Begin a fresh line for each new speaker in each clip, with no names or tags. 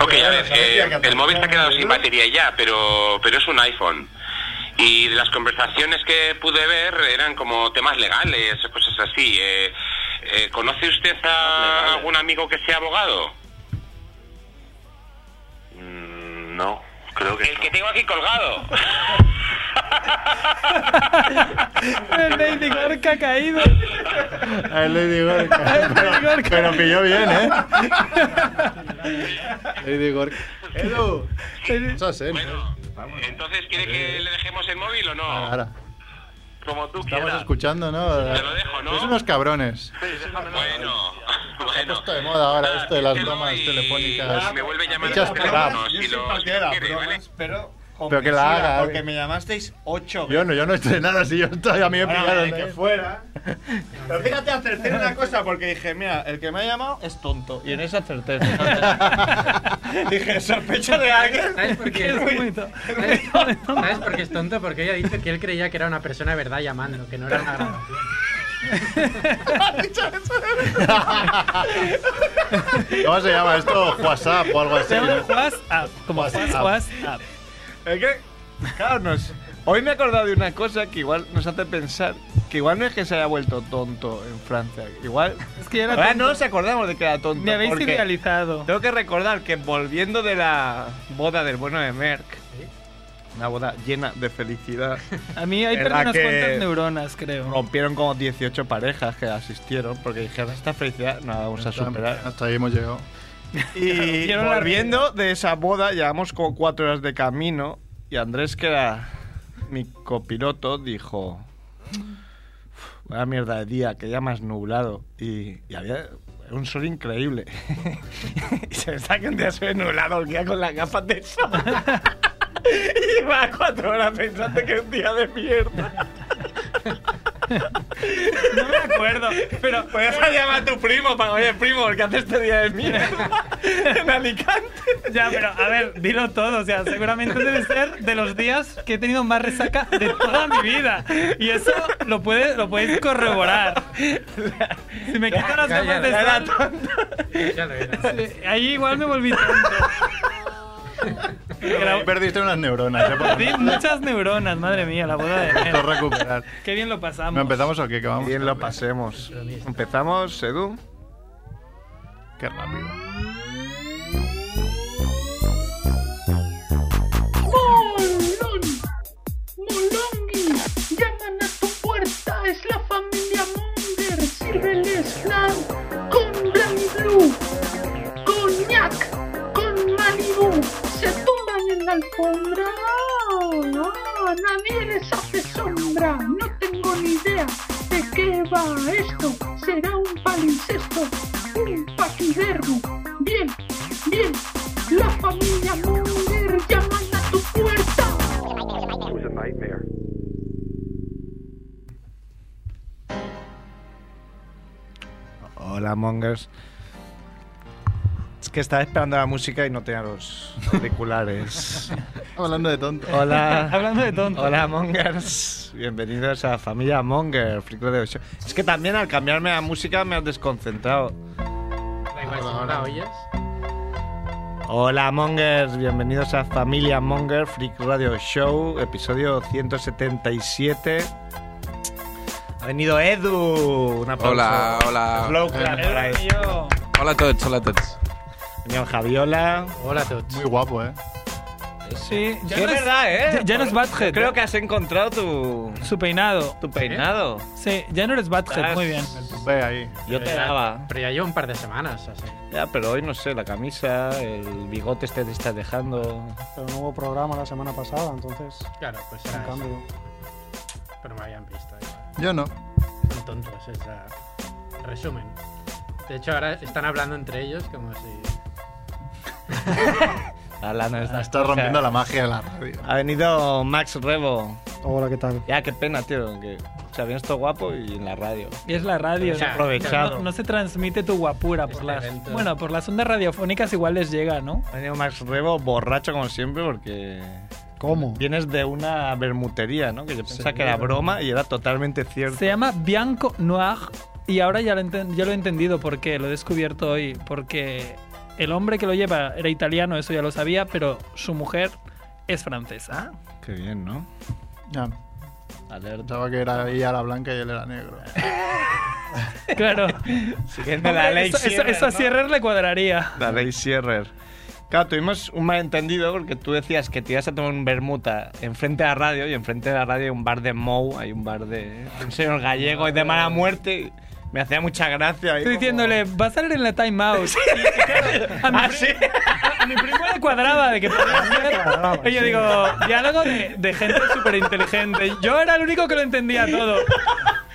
Ok, a ver, eh, el móvil se ha quedado sin batería ya, pero, pero es un iPhone. Y de las conversaciones que pude ver eran como temas legales, cosas así. Eh, eh, ¿Conoce usted a algún amigo que sea abogado?
Mm, No, creo que
El que
no.
tengo aquí colgado.
El Lady Gorka ha caído.
A él Lady Gorka.
El Lady
Pero,
Gorka.
pero pilló bien, ¿eh? Lady Gorka. Edu,
El-
eso es él.
Bueno, entonces, ¿quiere que le dejemos el móvil o no?
Ah, Ahora,
Como tú
estamos
quieras.
escuchando, ¿no?
Te lo dejo, ¿no?
Sois unos cabrones.
Sí, déjamelo.
Bueno, bueno.
puesto de moda ahora
Nada,
esto de las
piénselo
bromas
y
telefónicas
Me vuelve a llamar
hechas
al
por
teléfono,
app.
si
Yo soy
lo- si
partidario
lo
de las
quiere, ¿vale?
bromas, pero.
Pero que la haga,
Porque
eh.
me llamasteis ocho
Yo no, yo no estoy nada, si yo estoy, a mí me
Ahora,
pillaron.
el que
¿eh?
fuera. Pero fíjate, acerté en una cosa porque dije, mira, el que me ha llamado es tonto. Y en eso acerté. dije, sospecha de alguien.
¿Sabes por qué?
Es muy- es muy
¿Sabes- ¿Sabes por qué es tonto? Porque ella ha dicho que él creía que era una persona de verdad llamando, que no era una grabación.
¿Cómo se llama esto? WhatsApp o algo así.
Se llama
¿no?
WhatsApp. Como
WhatsApp.
WhatsApp.
Es que, claro, nos- hoy me he acordado de una cosa que igual nos hace pensar que igual no es que se haya vuelto tonto en Francia. Igual.
Es que ya era
Ahora
tonto.
no nos acordamos de que era tonto.
Me habéis
porque
idealizado.
Tengo que recordar que volviendo de la boda del bueno de Merck, una boda llena de felicidad,
A mí ahí
en
perdí
la
unas
que-
cuantas neuronas, creo.
rompieron como 18 parejas que asistieron porque dijeron: Esta felicidad no la vamos a superar.
Hasta ahí hemos llegado.
Y
Rompieron la
volviendo de esa boda, llevamos como cuatro horas de camino y Andrés, que era mi copiloto, dijo... "Uf, Vaya mierda de día, que ya más nublado. Y, y había era un sol increíble. y se me está que un día se ve nublado, el día con las gafas de sol. y llevaba cuatro horas pensando que era un día de mierda.
No me acuerdo, pero
Por eso Pues llama a tu primo, para oye, primo, ¿qué hace este
Eh,
día de mierda? en Alicante.
Ya, pero a ver, dilo todo. O sea, seguramente debe ser de los días que he tenido más resaca de toda mi vida. Y eso lo, puede, lo podéis corroborar. Si me quitan las
Calla,
gafas de
calla,
sal,
Ya lo era.
eh, ahí igual me volví tonto.
Ahí Perdiste unas neuronas. ¿eh? Por-
Perdí muchas neuronas, madre mía, la boda de
Esto es
Mer.
recuperar.
Qué bien lo pasamos.
¿No empezamos o qué? Que vamos.
Bien lo pasemos. Empezamos, Edu.
Qué rápido.
Molongi, Molongi, llaman a tu puerta, es la familia Munger, sírveles flan con Blanc Blue, coñac, con Malibu, se tumban en la alfombra, Ah, nadie les hace sombra, no tengo ni idea de qué va esto, será un palincesto, un paquidermo, bien, bien, la familia Munger llaman a tu puerta.
Hola, Mongers. Es que estaba esperando la música y no tenía los auriculares.
Hablando de tonto.
Hola.
Hablando de tonto.
Hola, Mongers. Bienvenidos a Familia Monger, Fricro de Ocho. Es que también al cambiarme la música me has desconcentrado.
Da igual, si no la oyes.
Hola, Mongers. Bienvenidos a Familia Monger, Freak Radio Show, episodio 177. Ha venido Edu. Una
Hola, hola.
Slow clap para
Él y
él.
yo.
Hola a tots, hola a tots.
Señor Javiola.
Hola a todos.
Muy guapo, ¿eh?
Sí, ya
Sí,
no
es verdad, ¿eh?
Ya, ya no es Badhead.
Creo que has encontrado tu,
Su peinado.
tu peinado.
Sí, ya no eres Badhead.
Ah,
Estás-
Muy bien.
Ve ahí.
¿Eh? Yo te daba.
Pero ya llevo un par de semanas así.
Ya, pero hoy no sé, la camisa, el bigote este te estás dejando.
Pero no hubo programa la semana pasada, entonces,
Claro, pues
en
era eso.
cambio.
Pero me habían visto. igual.
Yo no.
Son tontos, es la- resumen. De hecho, ahora están hablando entre ellos como si...
Alana Ah, está,
Ah, Está rompiendo la magia de la radio.
Ha venido Max Rebo.
Hola, ¿qué tal?
Ya, qué pena, tío. Que, o sea, vienes todo guapo y en la radio. Pues
Y es la radio.
Ya,
Aprovechado.
No, no se transmite tu guapura por
Este
las.
evento.
Bueno, por las ondas radiofónicas igual les llega, ¿no?
Ha venido Max Rebo borracho como siempre porque
¿Cómo?
vienes de una bermutería, ¿no? Que yo pensaba que era broma y era totalmente cierto.
Se llama Bianco Noir y ahora ya lo, enten- ya lo he entendido porque lo he descubierto hoy. Porque El hombre que lo lleva era italiano, eso ya lo sabía, pero su mujer es francesa.
Qué bien, ¿no?
Ya. Pensaba que era ella era blanca y él era negro.
Claro.
Siguiendo la ley.
eso, eso-
Sierra,
eso a
¿no?
Sierra le cuadraría.
La ley Sierrer. Claro, tuvimos un malentendido porque
Que tú decías que te ibas a tomar un bermuta enfrente de la radio y enfrente de la radio hay un bar de Mou, hay un bar de un señor gallego y de mala muerte. Me hacía mucha gracia. ahí
Estoy
como-
diciéndole, va a salir en la time out. Y, claro, a, mi
Ah,
pri-
sí. Ah,
a mi primo le cuadraba de que podía ser. Y yo digo, diálogo de, de gente súper inteligente. Yo era el único que lo entendía todo.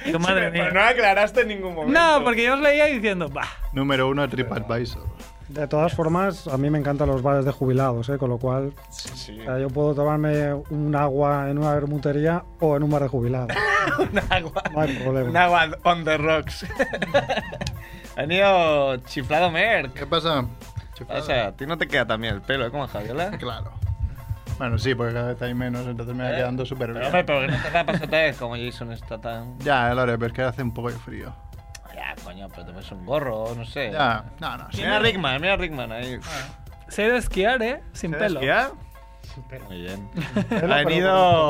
Digo, madre
Pero
mía.
no aclaraste en ningún momento.
No, porque yo os leía diciendo, bah.
Número uno de TripAdvisor.
De todas formas, a mí me encantan los bares de jubilados, ¿eh? con lo cual o sea, yo puedo tomarme un agua en una bermutería o en un bar de jubilados.
Un agua.
No hay problema.
Un agua on the rocks. Han ido chiflado Merck.
¿Qué pasa?
O sea, a ti no te queda también el pelo, ¿eh? Como a Javiola.
Claro. Bueno, sí, porque cada vez hay menos, entonces me va quedando súper
Eh, Pero, hombre,
bien.
pero que no te la pasó otra vez como Jason está tan.
Ya, Lore, pero es que hace un poco de frío.
Ya, coño, pero te pones un gorro, no sé.
Ya, no, no, sí.
Mira a Rickman, mira a Rickman ahí.
Se ha ido a esquiar, ¿eh? Sin pelo.
¿Ya?
Muy bien.
Ha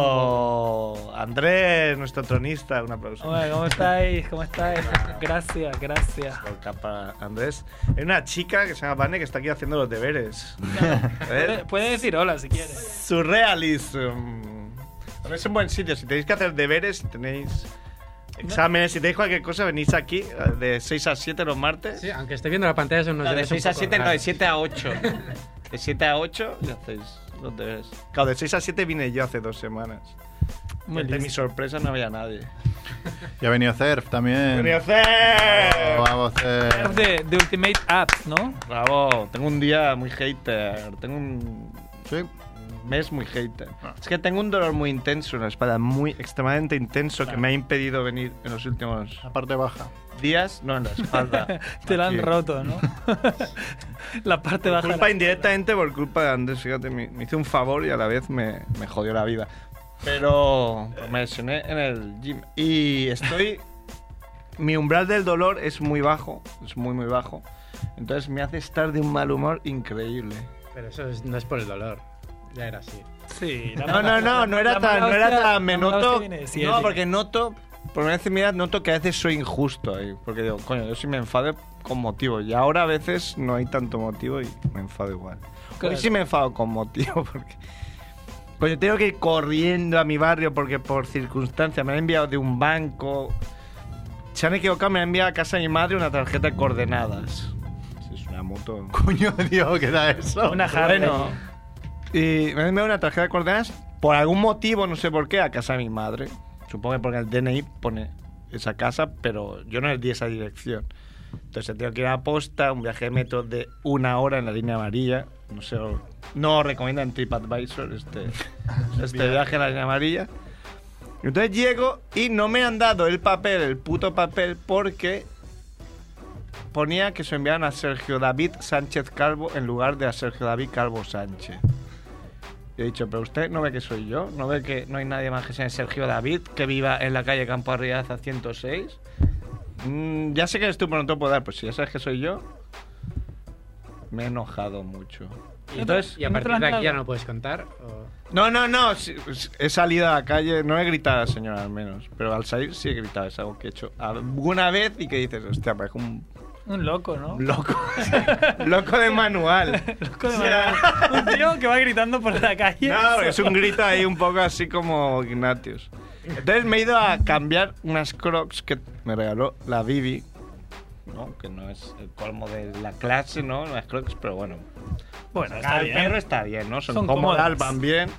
venido Andrés, nuestro tronista, una aplauso.
Hombre, ¿cómo estáis? ¿Cómo estáis? Gracias, gracias.
Volca para Andrés. Hay una chica que se llama Vane que está aquí haciendo los deberes. A
Puede,
Eh,
ver.
pues-
puede decir hola si quieres.
Surrealism. Ahora es un buen sitio. Si tenéis que hacer deberes, si tenéis exámenes, si tenéis cualquier cosa, venís aquí eh, de 6 a 7 los martes.
Sí, aunque esté viendo la pantalla, eso nos
No, de
debe ser un
6 a
poco
7, no,
raro.
de 7 a 8. De 7 a 8 y hacéis los deberes.
Claro, de 6 a 7 vine yo hace dos semanas.
Muy
Ante mi
listo.
sorpresa no había nadie.
Y ha venido CERF también.
¡Venid a hacer!
Vamos, CERF.
De, de Ultimate Apps, ¿no?
Bravo, tengo un día muy hater. Tengo un
Sí.
mes muy hater.
Es que tengo un dolor muy intenso en la espalda, muy extremadamente intenso, que me ha impedido venir en los últimos
La parte baja.
días, no en la espalda.
Te la han
Aquí.
roto, ¿no? la parte baja. de
Culpa
la-
indirectamente por culpa de Andrés, fíjate, me, me hizo un favor y a la vez me, me jodió la vida. Pero me lesioné en el gym y estoy... mi umbral del dolor es muy bajo, es muy, muy bajo. Entonces me hace estar de un mal humor increíble.
Pero eso es- no es por el dolor. Ya era así.
Sí, la
No, no,
mala-
no, no era
la
tan,
mala
no era
hostia-
tan, me
la mala
noto,
hostia viene de siete.
no, porque noto, por una vez mirad, noto que a veces soy injusto ahí, porque digo, coño, yo sí me enfado con motivo, y ahora a veces no hay tanto motivo y me enfado igual. Hoy
Claro.
sí me enfado con motivo, porque, coño, tengo que ir corriendo a mi barrio porque por circunstancia me han enviado de un banco, se han equivocado, me han enviado a casa de mi madre una tarjeta de coordenadas. Es una moto.
Coño, Dios, ¿qué era eso?
Una jarra.
Bueno, y me han enviado una tarjeta de coordenadas por algún motivo, no sé por qué, a casa de mi madre. Supongo que porque el DNI pone esa casa, pero yo no les di esa dirección. Entonces tengo que ir a la posta, un viaje de metro de una hora en la línea amarilla. No sé, o- no recomiendan TripAdvisor este, este viaje en la línea amarilla. Entonces llego y no me han dado el papel, el puto papel, porque ponía que se enviaban a Sergio David Sánchez Calvo en lugar de a Sergio David Calvo Sánchez. Y he dicho, pero usted no ve que soy yo, no ve que no hay nadie más que sea Sergio David, que viva en la calle Campo Arriaza 106. Mm, ya sé que eres tú, pero no te lo puedo dar, pues si ya sabes que soy yo, me he enojado mucho.
Y,
Entonces-
y a
¿No te lo
partir
han
de aquí
dado?
ya no puedes contar. o-
No, no, no, sí, sí, he salido a la calle, no he gritado a la señora al menos, pero al salir sí he gritado, es algo que he hecho alguna vez y que dices, hostia, parezco un
Un loco, ¿no?
loco, loco de manual.
Loco de maldad. Un tío que va gritando por la calle.
No, es un grito ahí un poco así como Ignatius. Entonces me he ido a cambiar unas crocs que me regaló la Bibi, ¿no? que no es el colmo de la clase, ¿no? Las crocs, pero bueno.
Bueno, está
Al perro
bien.
está bien, ¿no? Son,
Son
cómodas,
cómodas.
van bien.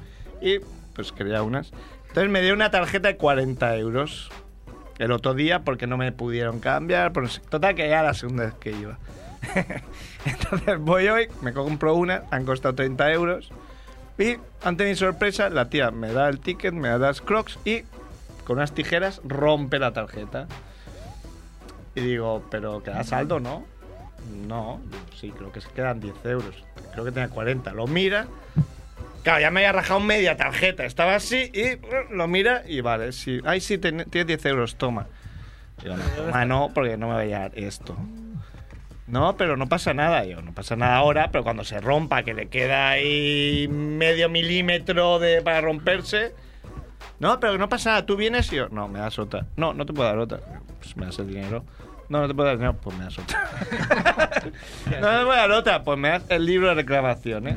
Y pues quería unas. Entonces me dio una tarjeta de 40 euros el otro día porque no me pudieron cambiar. Por... no sé- Total, que ya la segunda vez que iba. Entonces voy hoy, me compro una, han costado 30 euros. Y ante mi sorpresa, la tía me da el ticket, me da las crocs y con unas tijeras rompe la tarjeta. Y digo, pero queda saldo, ¿no? No, sí, creo que se quedan 10 euros. Creo que tenía 40. Lo mira. Claro, ya me había rajado media tarjeta. Estaba así y uh, lo mira y vale. Sí. Ay, sí, ten- tienes 10 euros, toma. Y yo, no, toma no, porque no me voy a dar esto. No, pero no pasa nada, yo, no pasa nada ahora, pero cuando se rompa, que le queda ahí medio milímetro de, para romperse. No, pero no pasa nada, tú vienes y yo, no, me das otra. No, no te puedo dar otra. Pues me das el dinero. No, no te puedo dar dinero, pues me das otra. no te puedo dar otra, pues me das el libro de reclamaciones.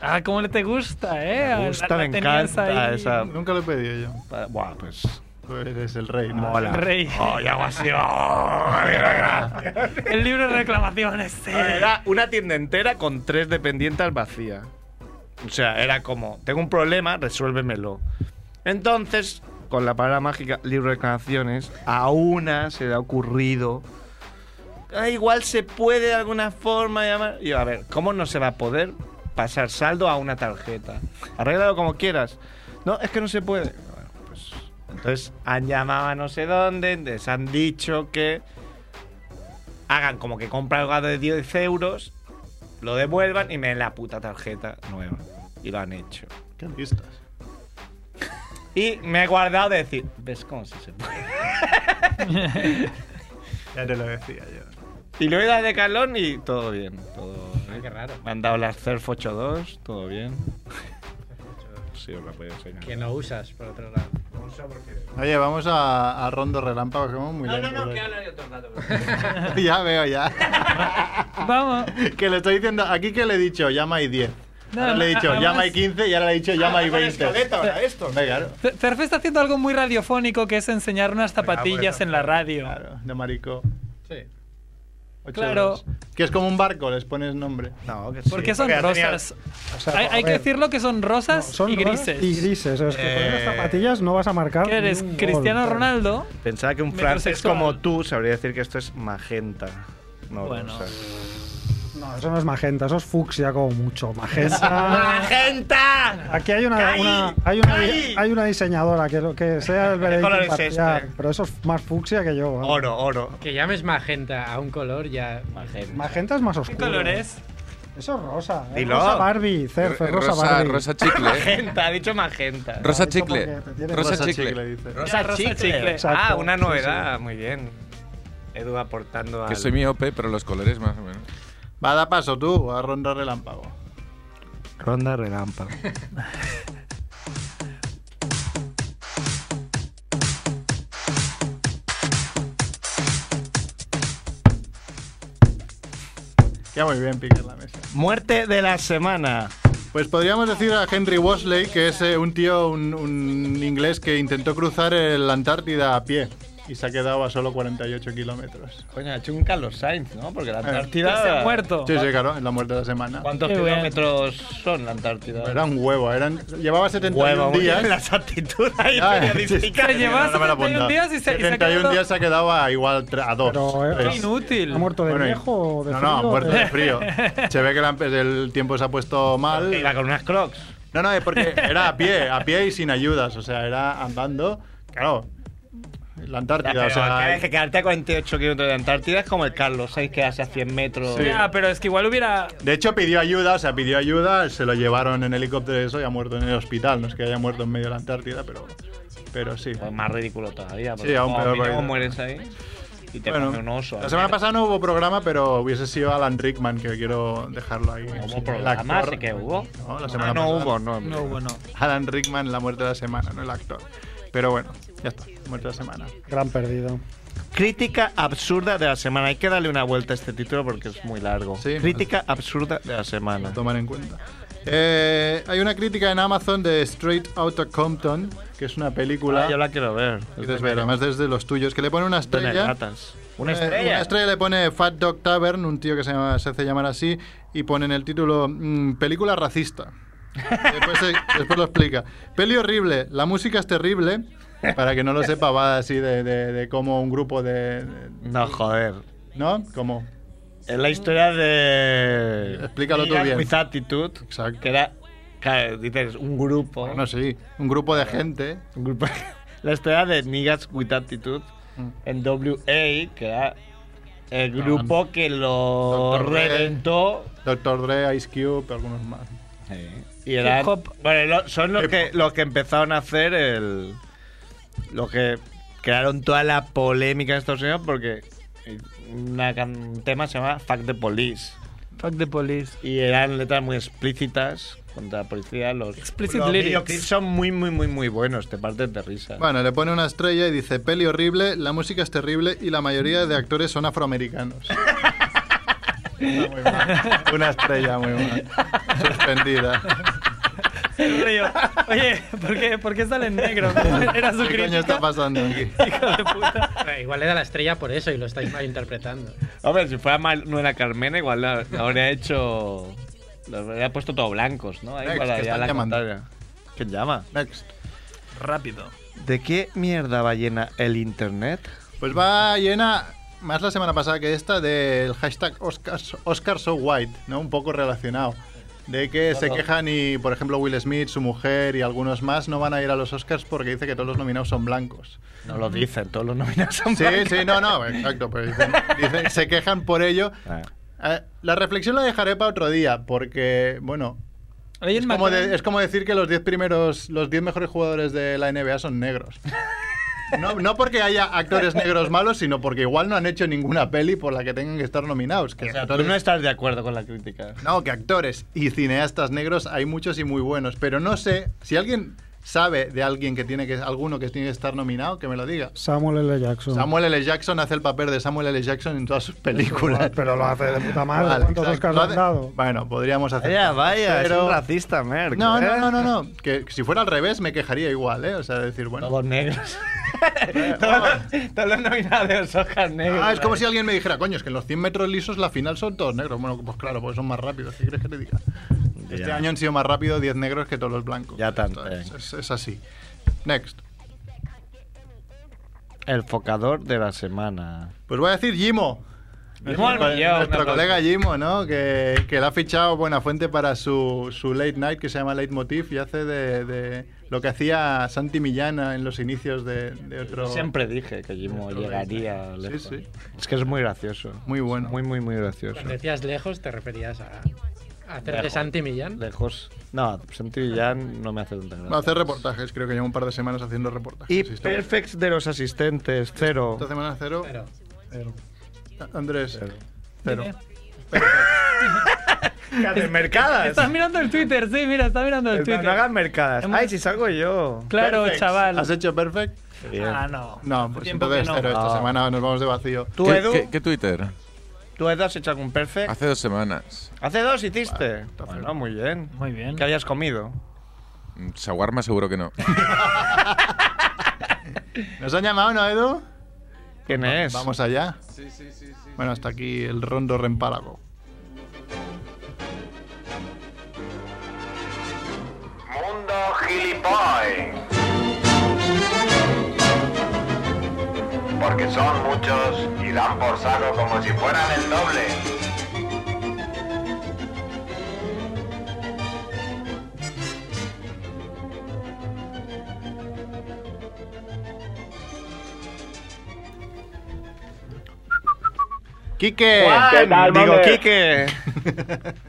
Ah, cómo le te gusta, ¿eh?
Me gusta,
La- la
me
tenías
encanta
ahí.
esa.
Nunca lo he pedido yo.
pa- Buah, pues.
Tú eres el rey, ¿no?
Mola.
Rey.
Oh, y hago así.
El libro de reclamaciones. sí.
Ah, Era una tienda entera con tres dependientes vacía. O sea, era como, tengo un problema, resuélvemelo. Entonces, con la palabra mágica libro de canciones, a una se le ha ocurrido... "Ah, igual se puede de alguna forma llamar... Y yo, a ver, ¿cómo no se va a poder pasar saldo a una tarjeta? Arréglalo como quieras. No, es que no se puede. Bueno, pues, entonces, han llamado a no sé dónde, les han dicho que hagan como que compra algo de 10 euros, lo devuelvan y me den la puta tarjeta nueva. Y lo han hecho.
Qué listas.
Y me he guardado de decir, ¿ves cómo sí se puede?
Ya te lo decía yo.
Y lo he ido a Decalón y todo bien. Todo
Ah, qué raro.
Me han dado las Surf 82, todo bien. Sí, os la puedo enseñar.
Que no usas, por otro lado.
Oye, vamos a, a Rondo Relámpago, que vamos muy
No, no,
lentos.
no,
hoy.
que habla yo todo el rato.
Ya veo, ya.
Vamos.
que le estoy diciendo, aquí que le he dicho, llama y 10.
No,
Ahora le he
no,
dicho,
además-
llama y 15 y ahora le he dicho,
Ah,
llama y 20.
ahora esto.
Hombre, claro.
Ter- Terfe está haciendo algo muy radiofónico que es enseñar unas zapatillas en la radio.
Claro, de marico.
Sí.
Ocho
Claro.
euros. Que es como un barco, les pones nombre.
No, que
Porque son
porque ya tenía-
rosas.
O sea,
hay
a
hay que
ver,
decirlo que son rosas
son
y
raras
grises.
Y grises. Es que con
Eh,
esas zapatillas no vas a marcar.
¿Qué eres?
ni un gol,
¿Cristiano
¿sabes?
Ronaldo?
Pensaba que un francés
Metrosexual.
como tú sabría decir que esto es magenta. No,
Bueno.
no sé.
No, eso no es magenta, eso es fucsia como mucho. Magenta.
¡Magenta!
Aquí hay una,
¡Caí!
una- hay una
¡Caí!
hay una diseñadora que lo- que sea el veredicto
color es
imparcial,
este?
pero eso es más fucsia que yo. vamos.
Oro, oro.
Que llames magenta a un color ya.
Magenta es más oscuro.
¿Qué color es?
Eso es rosa. ¿eh?
Dilo.
Rosa Barbie, Cerf,
Eh,
es rosa,
rosa,
Barbie.
rosa chicle.
Magenta, ha dicho magenta.
Rosa
Eso
chicle.
porque te tiene
Rosa
Rosa
chicle.
chicle, dice.
Rosa,
Rosa
chicle.
chicle.
Ah,
Exacto.
una
Sí,
novedad, muy bien. Edu aportando a.
Que soy miope, pero los colores más o menos.
Va a dar paso tú a Rondo Relámpago.
Ronda relámpago.
Ya muy bien, picar la mesa.
Muerte de la semana.
Pues podríamos decir a Henry Worsley, que es eh, un tío, un, un inglés que intentó cruzar el- la Antártida a pie y se ha quedado a solo 48 kilómetros.
Coño, ha hecho un Carlos Sainz, ¿no? Porque la
Eh.
Ya se
Antártida.
ha muerto.
Sí, sí, claro, en la muerte de la semana.
¿Cuántos
Qué bueno.
kilómetros son la Antártida?
Era un huevo, eran, llevaba 71
Huevo, muy
días.
bien, las actitudes ahí
Ah,
periodísticas.
Se
sí, sí,
llevaba
no me lo
71
apuntaba.
días y se- y se ha
71
quedado-
días se ha quedado a igual tre- a dos.
Pero, eh,
Pues,
tres.
Inútil.
¿Ha muerto de
Bueno, y-
viejo o de
no,
frío?
no, ha muerto
Eh,
de frío. Se ve que la- el tiempo se ha puesto mal.
Iba con unas crocs.
No, no, es porque era a pie, a pie y sin ayudas, o sea, era andando, claro, en la Antártida, o sea, eh,
es que quedarte a 48 kilómetros de Antártida es como el Carlos Sainz que hace a 100 metros.
Sí.
Ya, pero es que igual hubiera.
de hecho pidió ayuda, o sea, pidió ayuda, se lo llevaron en helicóptero y eso y ha muerto en el hospital, no es que haya muerto en medio de la Antártida, pero, pero sí.
Pues más ridículo todavía. Porque
Sí, aún
como
peor,
mínimo
porque-
mueres ahí y te
Bueno,
pone un oso.
la semana pasada no hubo programa, pero hubiese sido Alan Rickman, que quiero dejarlo ahí.
Como
El
programa,
actor.
sí que hubo.
No, la semana
Ah, no
pasada.
hubo, no.
No, bueno.
Alan Rickman, la muerte de la semana, no el actor. Pero bueno, ya está, muerte de la semana.
Gran perdido.
Crítica absurda de la semana. Hay que darle una vuelta a este título porque es muy largo.
Sí.
Crítica absurda de la semana.
tomar en cuenta. Eh, hay una crítica en Amazon de Straight Outta Compton, que es es una película
Ah, yo la quiero ver.
que quieres ver, además desde los tuyos, que le pone una
Tiene
estrella.
ratas.
eh,
Una estrella.
una estrella le pone Fat Dog Tavern, un tío que se, llama- se hace llamar así, y pone en el título mm, película racista. Después, se- después lo explica. Peli horrible, la música es terrible. Para que no lo sepa, va así de, de- de cómo un grupo de. de-
No, joder.
¿No? Como.
Es la historia de.
Explícalo tú
Mira,
bien.
With Attitude.
Exacto.
Que era. Claro, dices, un grupo.
No sé, un grupo de gente.
Un grupo- la historia de Niggas with Attitude
Mm.
en WA, que era el grupo que lo
Dr. Dre.
reventó.
Doctor Dre, Ice Cube, algunos más.
Y eran,
Hip hop.
bueno, lo- son los
Hip
que, los que empezaron a hacer el. Los que crearon toda la polémica en Estados Unidos porque eh, una can- un tema que se llama Fuck the Police.
Fuck the Police.
Y eran letras muy explícitas contra la policía. Los,
Explicit
los
lyrics.
videoclips son muy, muy, muy, muy buenos. Te partes de risa.
Bueno, le pone una estrella y dice, peli horrible, la música es terrible y la mayoría de actores son afroamericanos. Está muy mal. Una estrella muy buena. Suspendida.
Siempre yo, Oye, ¿por qué, ¿por qué sale en negro? Era
¿Qué
su
coño
crítica.
está pasando aquí?
Pero Ah, Igual le da la estrella por eso y lo estáis malinterpretando.
Hombre, si fuera mal, no era Carmena, igual la, la habría hecho. Lo habría puesto todo blancos, ¿no? Ahí
Next,
para
que
ya
están
la
llamando.
contraria. ¿Quién llama?
Next.
Rápido.
¿De qué mierda va llena el internet?
Pues va llena, más la semana pasada que esta, del hashtag Oscar, Oscar So White, ¿no? Un poco relacionado. De que se quejan y, por ejemplo, Will Smith, su mujer y algunos más no van a ir a los Oscars porque dice que todos los nominados son blancos.
No lo dicen, todos los nominados son
Sí,
blancos.
sí, no, no, exacto. Pero dicen- dicen- se quejan por ello.
Ah.
Eh, La reflexión la dejaré para otro día porque, bueno,
Oye,
es
el
como, de-
McLaren-
es como decir que los 10 primeros, los 10 mejores jugadores de la NBA son negros. No, no porque haya actores negros malos, sino porque igual no han hecho ninguna peli por la que tengan que estar nominados. Que
O sea, tú
actores-
no estás de acuerdo con la crítica.
no, que actores y cineastas negros hay muchos y muy buenos, pero no sé si alguien sabe de alguien que tiene que alguno que tiene que estar nominado, que me lo diga.
Samuel L. Jackson.
Samuel L. Jackson hace el papel de Samuel L. Jackson en todas sus películas.
Pero lo hace de puta madre.
Vale,
¿Cuántos
exacto.
Oscars
Lo
le
hace-
han dado?
Bueno, podríamos hacer.
Vaya, vaya, es
Pero-
un racista, Merck.
No,
¿eh?
no, no, no, no. Que si fuera al revés me quejaría igual, ¿eh? O sea, decir, bueno.
Todos negros. todos, todos los nominados de los Oscars negros.
Ah, es como si alguien me dijera, coño, es que en los 100 metros lisos la final son todos negros. Bueno, pues claro, porque son más rápidos. ¿Qué crees que te diga? Este año han sido más rápidos 10 negros que todos los blancos.
Ya tanto,
Es,
eh.
es- es así. Next.
El focador de la semana.
Pues voy a decir Jimo.
Jimo
Nuestro-
Almillón,
Nuestro
una
colega Jimo, ¿no? Que, que le ha fichado Buenafuente para su, su late night que se llama Leitmotiv y hace de, de lo que hacía Santi Millana en los inicios de, de otro.
Siempre dije que Jimo llegaría lejos.
Sí, sí.
Es que es muy gracioso.
Muy bueno.
Muy, muy, muy gracioso.
Cuando decías lejos, te referías a, a hacer de
Lejos.
Santi Millán.
Lejos. No, Santi Villán no me hace tanta gracia.
Va a hacer reportajes, creo que lleva un par de semanas haciendo reportajes.
Y
Sí, está bueno.
perfects de los asistentes, cero.
Esta semana cero.
Pero,
Andrés. Cero.
haces mercadas?
Estás mirando el Twitter, sí, mira, estás mirando el
No,
Twitter.
no hagas mercadas.
Hemos-
Ay, si salgo yo.
Claro,
Perfect.
chaval.
¿Has hecho perfect?
Ah, no.
No,
Hace
pues
tiempo
entonces
que no.
cero. Esta
Ah.
semana nos vamos de vacío.
¿Tú,
¿Qué,
Edu?
qué- qué Twitter?
¿Tú, Edu, has hecho algún perfect?
Hace dos semanas.
¿Hace dos hiciste?
entonces-
bueno, muy bien.
Muy bien.
¿Qué habías comido?
Mm, Shawarma seguro que no.
¿Nos han llamado, no, Edu?
¿Quién es?
Vamos allá. Sí, sí, sí, Bueno, hasta aquí el rondo rempálago.
Mundo gilipollas. Porque son muchos y dan por saco como si fueran el doble.
¡Quique!
¿Qué
tal,
Digo,
Mander?
Quique.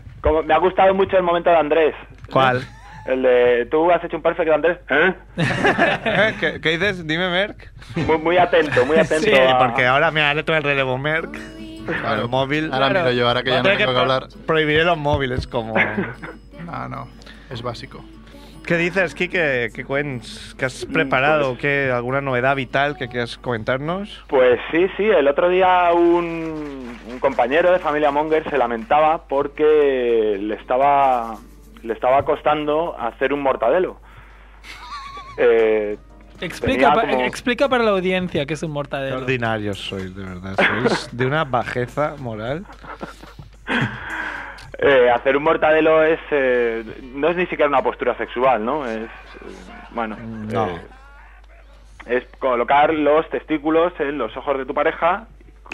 Como, me ha gustado mucho el momento de Andrés.
¿Cuál?
El de, ¿tú has hecho un perfecto, Andrés? ¿Eh?
¿Eh? ¿Qué, qué dices? Dime, Merck.
Muy, muy atento, muy atento.
Sí,
a-
porque ahora me haré todo el relevo Merck.
Claro.
el móvil.
Ahora
Claro.
miro yo, ahora que
Voy
ya no
a tener
tengo que
pro-
hablar.
Prohibiré los móviles como.
No, no. Es básico.
¿Qué dices, Kike? ¿Qué cuens? ¿Qué has
Pues-
preparado? ¿Qué, ¿Alguna novedad vital que quieras comentarnos?
Eh.
Pues sí, sí, el otro día un, un compañero de familia Monger se lamentaba porque le estaba, le estaba costando hacer un mortadelo. Eh,
Explica,
Tenía
pa-
como-
explica para la audiencia que es un mortadelo.
Ordinarios sois, de verdad. Sois de una bajeza moral.
eh, hacer un mortadelo es eh, no es ni siquiera una postura sexual, ¿no? Es, eh, bueno,
No.
eh, es colocar los testículos en los ojos de tu pareja.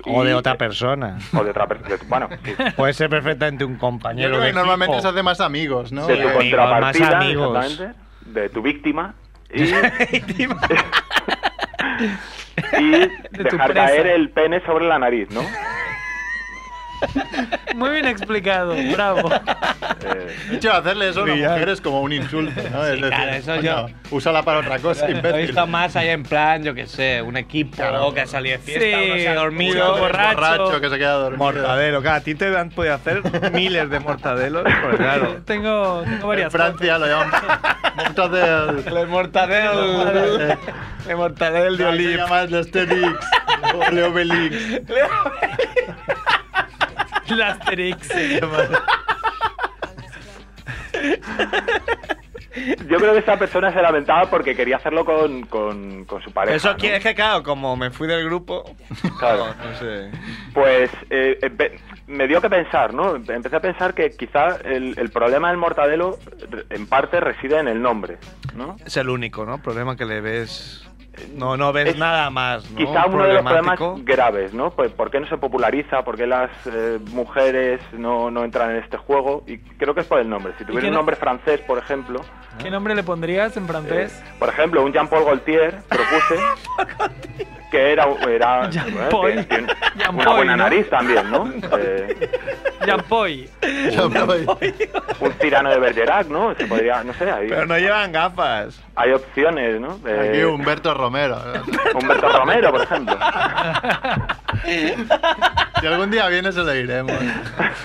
O
y-
de otra persona.
O de otra persona. Bueno, sí.
Puede ser perfectamente un
Yo
compañero
creo que
de
normalmente
equipo.
se hace más amigos, ¿no?
de
amigos,
Eh,
tu contrapartida,
más amigos.
exactamente, de tu víctima y, y
tu
dejar
presa.
caer el pene sobre la nariz, ¿no?
Muy bien explicado, bravo.
Eh,
De hecho, hacerle eso a una
Brillar.
mujer es como un insulto, ¿no? Es decir,
claro, eso
coño,
yo-
úsala para otra cosa,
Lo he
imbécil.
visto más ahí en plan, yo qué sé, un equipo que ha salido de fiesta,
Sí,
uno se ha dormido,
uno borracho. borracho
que se queda dormido.
Mortadelo, claro, a ti te han podido hacer miles de mortadelos, pero claro.
Tengo, tengo varias.
Francia lo llaman mortadel.
El mortadel. El mortadel de
Olive. Se llama el este Asterix. o el Obelix.
El Asterix.
Yo creo que esta persona se lamentaba porque quería hacerlo con, con- con su pareja.
Eso
¿no?
quiere- es que, claro, como me fui del grupo,
Claro.
no sé.
Pues eh, empe- me dio que pensar, ¿no? Empecé a pensar que quizá el, el problema del mortadelo re- en parte reside en el nombre, ¿no?
Es el único, ¿no? Problema que le ves. No, no ves
Es
nada más, ¿no?
Quizá uno de los problemas
Problemático.
graves, ¿no? Pues por qué no se populariza, por qué las eh, mujeres no, no entran en este juego y creo que es por el nombre. Si
qué
tuviera un
no-
nombre francés, por ejemplo, eh,
¿Qué nombre le pondrías en francés?
por ejemplo, un Jean-Paul Gaultier propuse que era, era bueno,
Paul.
que tiene una
Jean-Paul,
buena
¿no?
nariz también, ¿no? Eh,
Jampoy.
un tirano de Bergerac, ¿no? Se podría, no sé, hay,
Pero no llevan gafas.
hay opciones, ¿no? Eh,
Aquí Humberto Romero.
Humberto Romero, por ejemplo.
Si algún día viene, se lo diremos.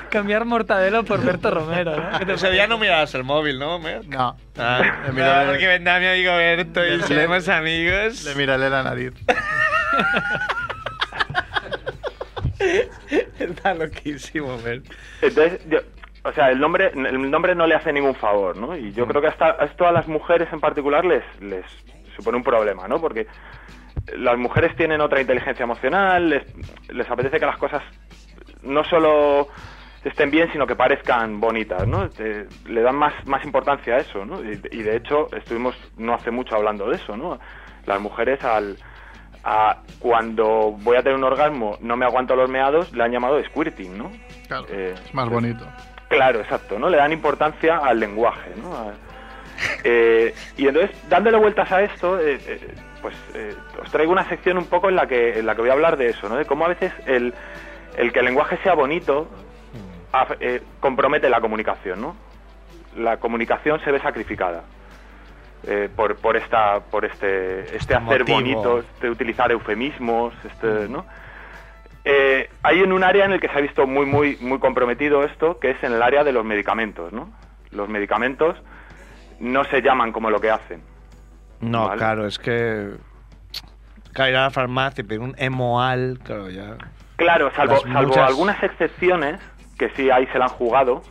Cambiar Mortadelo por Berto Romero, ¿no? ¿Qué te
Ese día no mirabas el móvil, ¿no?
No.
Ah,
Le
mira,
miraré-
porque vendrá mi amigo Berto y
Le-
seremos amigos.
Le miraré la nariz.
Está loquísimo, Berto.
Entonces, yo- o sea, el nombre, el nombre no le hace ningún favor, ¿no? Y yo creo que hasta, esto a las mujeres en particular les, les supone un problema, ¿no? Porque las mujeres tienen otra inteligencia emocional, les, les apetece que las cosas no solo estén bien, sino que parezcan bonitas, ¿no? Te- le dan más, más importancia a eso, ¿no? Y, y de hecho estuvimos no hace mucho hablando de eso, ¿no? Las mujeres al... A cuando voy a tener un orgasmo, no me aguanto los meados, le han llamado squirting, ¿no?
Claro,
Eh,
es más bonito.
Claro, exacto, ¿no? Le dan importancia al lenguaje, ¿no? A- eh, y entonces, dándole vueltas a esto, eh, eh, pues eh, os traigo una sección un poco en la, que, en la que voy a hablar de eso, ¿no? De cómo a veces el, el que el lenguaje sea bonito af- eh, compromete la comunicación, ¿no? La comunicación se ve sacrificada eh, por, por, esta, por este, este, hacer
motivo.
bonito, este utilizar eufemismos, este, ¿no? Eh, hay en un área en el que se ha visto muy, muy, muy comprometido esto, que es en el área de los medicamentos, ¿no? Los medicamentos no se llaman como lo que hacen.
No,
Vale.
claro, es que. Claro, ir a la farmacia y pedir un emoal, claro, ya.
Claro, salvo,
Las
salvo
muchas-
algunas excepciones, que sí ahí se la han jugado,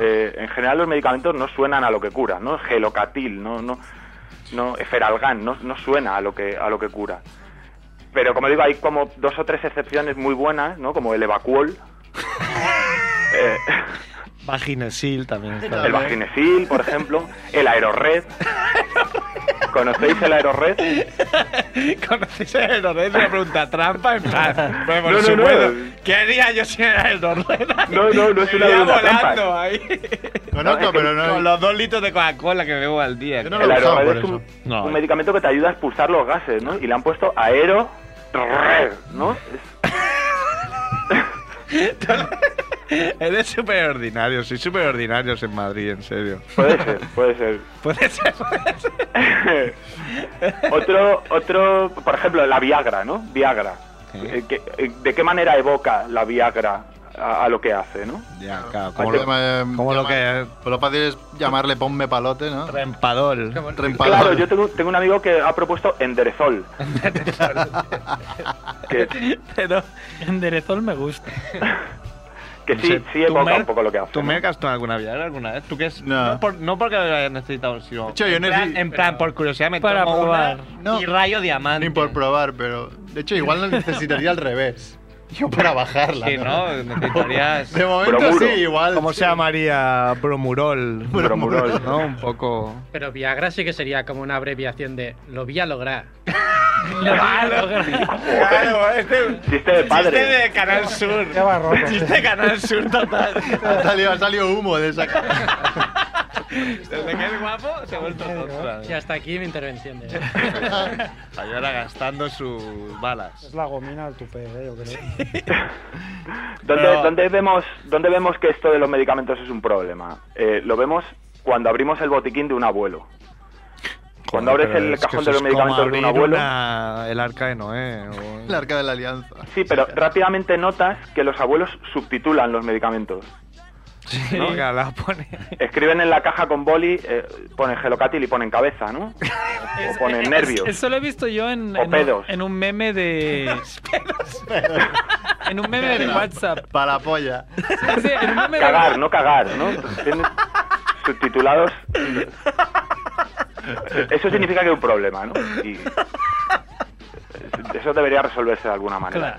eh, en general los medicamentos no suenan a lo que curan, ¿no? Gelocatil, no, no, no, Feralgan, no, no suena a lo que, a lo que cura. Pero como digo, hay como dos o tres excepciones muy buenas, ¿no? Como el Evacuol. eh,
Vaginesil también está.
El vaginesil, por ejemplo. El aerored. ¿Conocéis el aerored?
¿Conocéis el Dorred? Una pregunta trampa, en plan. Bueno, por
No, no,
supuesto.
no.
¿Qué haría yo si era el Dorred?
No, no, no es una
Iría
pregunta
volando
trampa.
ahí.
Conozco, pero no.
Con los dos litros de Coca-Cola que bebo al día.
Yo no
claro.
El
lo usaba
aerored
por
es
eso.
un, un medicamento que te ayuda a expulsar los gases, ¿no? Y le han puesto aero ¿no? Es-
Eres súper ordinario, soy súper ordinarios en Madrid, en serio.
puede ser, puede ser.
Puede ser, puede ser.
otro, otro, por ejemplo, la Viagra, ¿no? Viagra. Eh, que- eh, ¿De qué manera evoca la Viagra a, a lo que hace, no?
Ya, claro,
Como
como
lo,
lo, como lo que.
pues lo fácil es llamarle ponme palote, ¿no?
Rempadol.
Rempador.
Claro, yo tengo, tengo un amigo que ha propuesto enderezol. que,
Pero.
Enderezol me gusta.
que sí, sí evoca un poco lo que hace.
¿Tú
¿no?
mercas tú alguna Viagra alguna vez? ¿Tú qué es?
No.
por- no porque lo hayas necesitado, sino.
hecho, yo
en, plan,
necesito-
en plan, por curiosidad, me
Para
tomo
probar.
una
No.
y rayo diamante.
Ni por probar, pero. De hecho, igual la necesitaría al revés. Yo para bajarla.
Sí, ¿no? Necesitarías.
De momento
Bromuro.
sí, igual.
¿Cómo
sí.
se llamaría? Bromurol.
Bromurol.
¿no? Un poco.
Pero Viagra sí que sería como una abreviación de lo voy a lograr.
Claro, este.
Chiste de padre.
Chiste de Canal Sur.
Qué barroco.
Chiste de Canal Sur total.
Ha salido, ha salido humo de esa.
Desde que es guapo, se ha vuelto tonto.
Y hasta aquí mi intervención. De...
Ayora gastando sus balas.
Es la gomina al tupé, ¿eh? yo creo.
¿Dónde,
Pero-
dónde vemos, ¿Dónde vemos que esto de los medicamentos es un problema? Eh, lo vemos cuando abrimos el botiquín de un abuelo. Cuando
Joder,
abres
pero
el
es que
cajón
eso
de los
es como
medicamentos de un
abrir
abuelo.
una- el arca de Noé. o-
El arca de la alianza.
Sí, pero rápidamente notas que los abuelos subtitulan los medicamentos.
¿no? Que la pone.
Escriben en la caja con boli, eh, ponen gelocatil y ponen cabeza, ¿no? O ponen nervios.
Eso lo he visto yo en,
O
en, un,
pedos.
en un meme de. en un meme de WhatsApp.
Para la polla.
Sí, en un meme de
Cagar, no cagar, ¿no? Tienes subtitulados. Eso significa que hay un problema, ¿no? Y eso debería resolverse de alguna
Claro.
manera.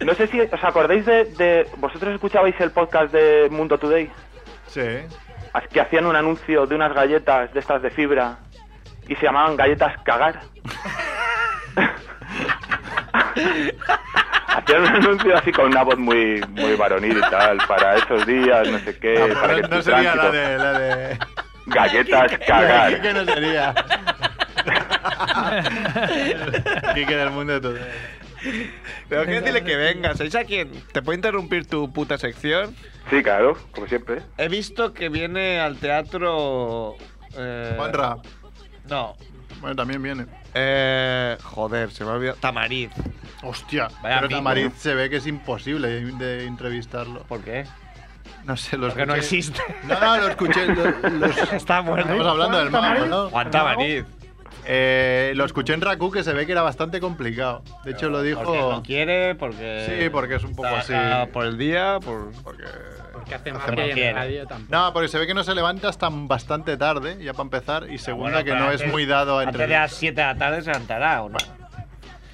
No sé si os acordáis de, de- ¿Vosotros escuchabais el podcast de Mundo Today? Eh,
Sí.
As- Que hacían un anuncio de unas galletas de estas de fibra y se llamaban galletas cagar. hacían un anuncio así con una voz muy, muy varonil y tal, para esos días, no sé qué,
No,
para que
no
tu
sería la
tránsito-
de, la de.
Galletas
Quique,
cagar.
no sería. Quique del mundo de todo.
Pero que dile que venga. ¿Sabéis a quién? ¿Te puedo interrumpir tu puta sección?
Sí, claro, como siempre.
He visto que viene al teatro. Eh,
Juanra.
No.
Bueno, también viene.
Eh, joder, se me ha olvidado. Tamariz.
Hostia.
Vaya
pero
bingo.
Tamariz se ve que es imposible de entrevistarlo.
¿Por qué?
No sé, los
Porque no existe.
No, no, lo escuché. lo- los-
Está muerto.
Estamos hablando del mago, ¿no?
Juan Tamariz.
Eh, lo escuché en Raku que se ve que era bastante complicado. De hecho, lo dijo.
Porque no quiere, porque.
Sí, porque es un poco así.
Ah, por el día, por.
Porque hace
Hace
magia y
magia.
en radio tampoco.
No, porque se ve que no se levanta hasta bastante tarde, ya para empezar, y segunda
Bueno,
que
pero
no es
antes-
muy dado a
Antes de
entrevistar.
las 7 de la tarde se levantará, ¿o no?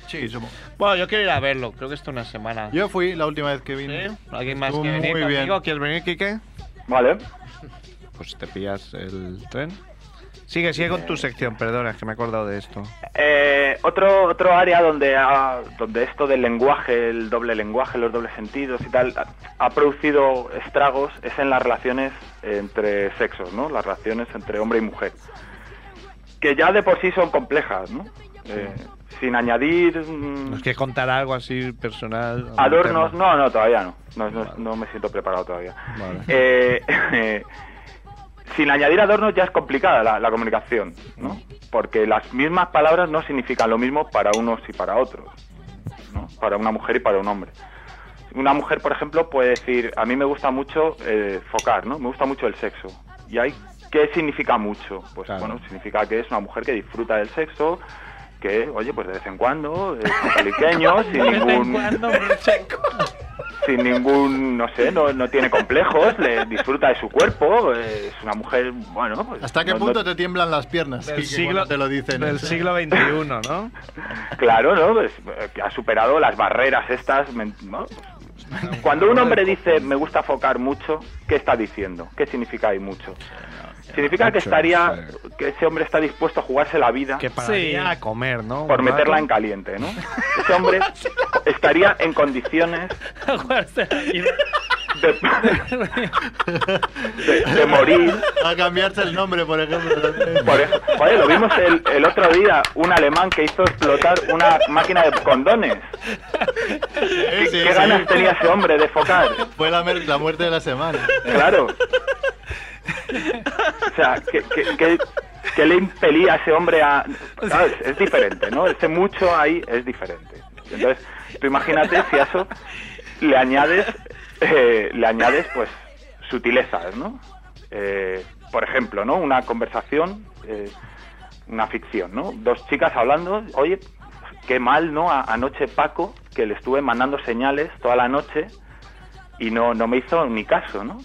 Sí, supongo.
Bueno, yo quiero ir a verlo. Creo que está una semana.
Yo fui la última vez que vine.
¿Sí? ¿Alguien más
Estuvo
quiere venir
muy bien.
conmigo? ¿Quieres venir, Quique?
Vale.
Pues te pillas el tren. Sigue, sigue con tu sección, perdona, es que me he acordado de esto.
Eh, otro, otro área donde, ha- donde esto del lenguaje, el doble lenguaje, los dobles sentidos y tal, ha, ha producido estragos es en las relaciones entre sexos, ¿no? Las relaciones entre hombre y mujer. Que ya de por sí son complejas, ¿no? Eh, sin añadir mm,
¿Nos quieres contar algo así personal?
Ah, adornos. No, no, todavía no. No, no- no me siento preparado todavía.
Vale.
Eh, sin añadir adornos ya es complicada la, la comunicación, ¿no? Porque las mismas palabras no significan lo mismo para unos y para otros, ¿no? Para una mujer y para un hombre. Una mujer, por ejemplo, puede decir, a mí me gusta mucho eh, focar, ¿no? Me gusta mucho el sexo. ¿Y ahí qué significa mucho? Pues
Claro.
bueno, significa que es una mujer que disfruta del sexo, que, oye, pues de vez en cuando, eh, con caliqueños, sin
De vez en
ningún
cuando, mucho.
sin ningún, no sé, no, no tiene complejos, le disfruta de su cuerpo, eh, es una mujer, bueno, pues...
¿Hasta qué
no-
punto
no-
te tiemblan las piernas?
Del
Quique,
siglo-
cuando te lo dicen. ¿eh?
Del
eso?
siglo XXI, ¿no?
Claro, ¿no? Pues, eh, que ha superado las barreras estas, men- ¿no? Pues, Cuando un hombre dice, me gusta focar mucho, ¿qué está diciendo? ¿Qué significa ahí mucho? Significa
mucho,
que estaría,
sí.
que ese hombre está dispuesto a jugarse la vida
Que pararía a comer, ¿no?
por
Un
meterla
rato.
en caliente, ¿no? Ese hombre estaría en condiciones
A jugarse la vida.
de- de- de morir
A cambiarse el nombre, por ejemplo.
Por eso, joder, lo vimos el, el otro día, un alemán que hizo explotar una máquina de condones.
Sí, sí,
¿Qué ganas
sí.
tenía ese hombre de focar?
Fue la, mer- la muerte de la semana.
Claro. O sea, ¿qué, qué- qué- qué le impelía a ese hombre a...? Claro, es, es diferente, ¿no? Ese mucho ahí es diferente. Entonces, tú imagínate si a eso le añades, eh, le añades pues, sutilezas, ¿no? Eh, por ejemplo, ¿no? Una conversación, eh, una ficción, ¿no? Dos chicas hablando, oye, qué mal, ¿no? A- anoche Paco, que le estuve mandando señales toda la noche y no, no me hizo ni caso, ¿no?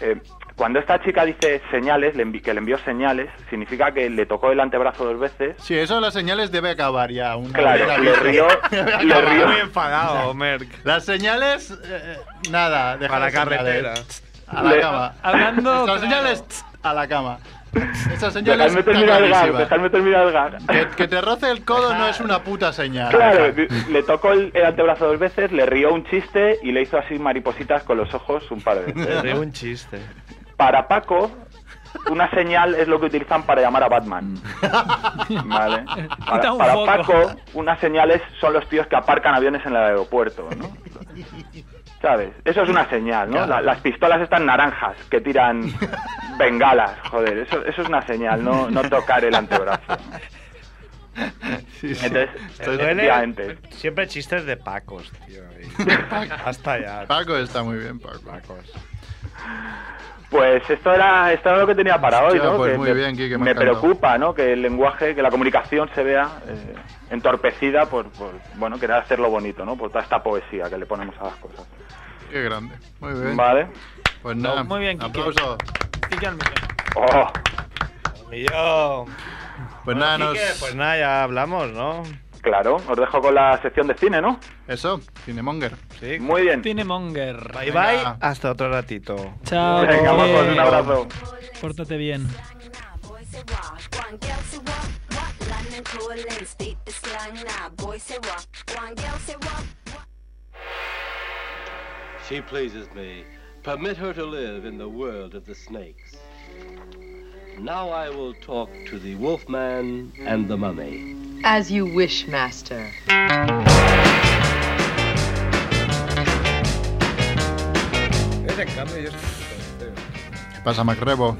Eh, cuando esta chica dice señales, le envi- que le envió señales, significa que le tocó el antebrazo dos veces.
Sí, eso de las señales debe acabar ya. Una
Claro,
vez la
le
viste.
rió,
Debe
le
acabar.
rió.
Muy enfadado, Merck.
Las señales, eh, eh, nada. deja
Ah, Para
las
la
señales.
carretera.
A la
Le-
cama.
Hablando
Esas
claro.
señales, tss, a la cama. Esas señales.
Dejadme
está
terminar el gag,
clarísima.
dejadme terminar el gag.
Que, que te roce el codo no es una puta señal.
Claro, di- le tocó el, el antebrazo dos veces, le rió un chiste y le hizo así maripositas con los ojos un par de veces.
Es un chiste.
Para Paco, una señal es lo que utilizan para llamar a Batman. ¿Vale?
Da
Para,
un
para
poco.
Paco, unas señales son los tíos que aparcan aviones en el aeropuerto, ¿no? ¿Sabes? Eso es una señal, ¿no?
Claro.
La- las pistolas están naranjas, que tiran bengalas, joder, eso, eso es una señal, no, no tocar el antebrazo. Entonces, eh, efectivamente.
Siempre chistes de pacos, tío. y- Hasta ya.
Paco está muy bien, Paco.
Pues esto era, esto era lo que tenía para hoy,
Hostia,
¿no?
pues
Que
muy
me,
bien, Quique, me
me
ha encantado.
preocupa, ¿no? Que el lenguaje, que la comunicación se vea eh, entorpecida por, por, bueno, querer hacerlo bonito, ¿no? Por toda esta poesía que le ponemos a las cosas.
Qué grande. Muy bien.
Vale.
Pues nada.
Muy bien, Quique.
Aplauso. Pues
Quique al
Oh.
Millón.
Pues
nada,
nos-
Pues nada, ya hablamos, ¿no?
Claro, os dejo con la sección de cine, ¿no?
Eso, Cinemonger.
Sí.
Muy bien.
Cinemonger.
Bye bye, hasta otro ratito.
Chao.
Venga,
Quique.
vamos, un abrazo.
Pórtate bien.
One girl say what, what, London cool and state the slang now. Boy say what, one girl say what.
She pleases me. Permit her to live in the world of the snakes. Now I will talk to the wolfman and the mummy.
As you wish, master.
¿Qué pasa, Macrebo?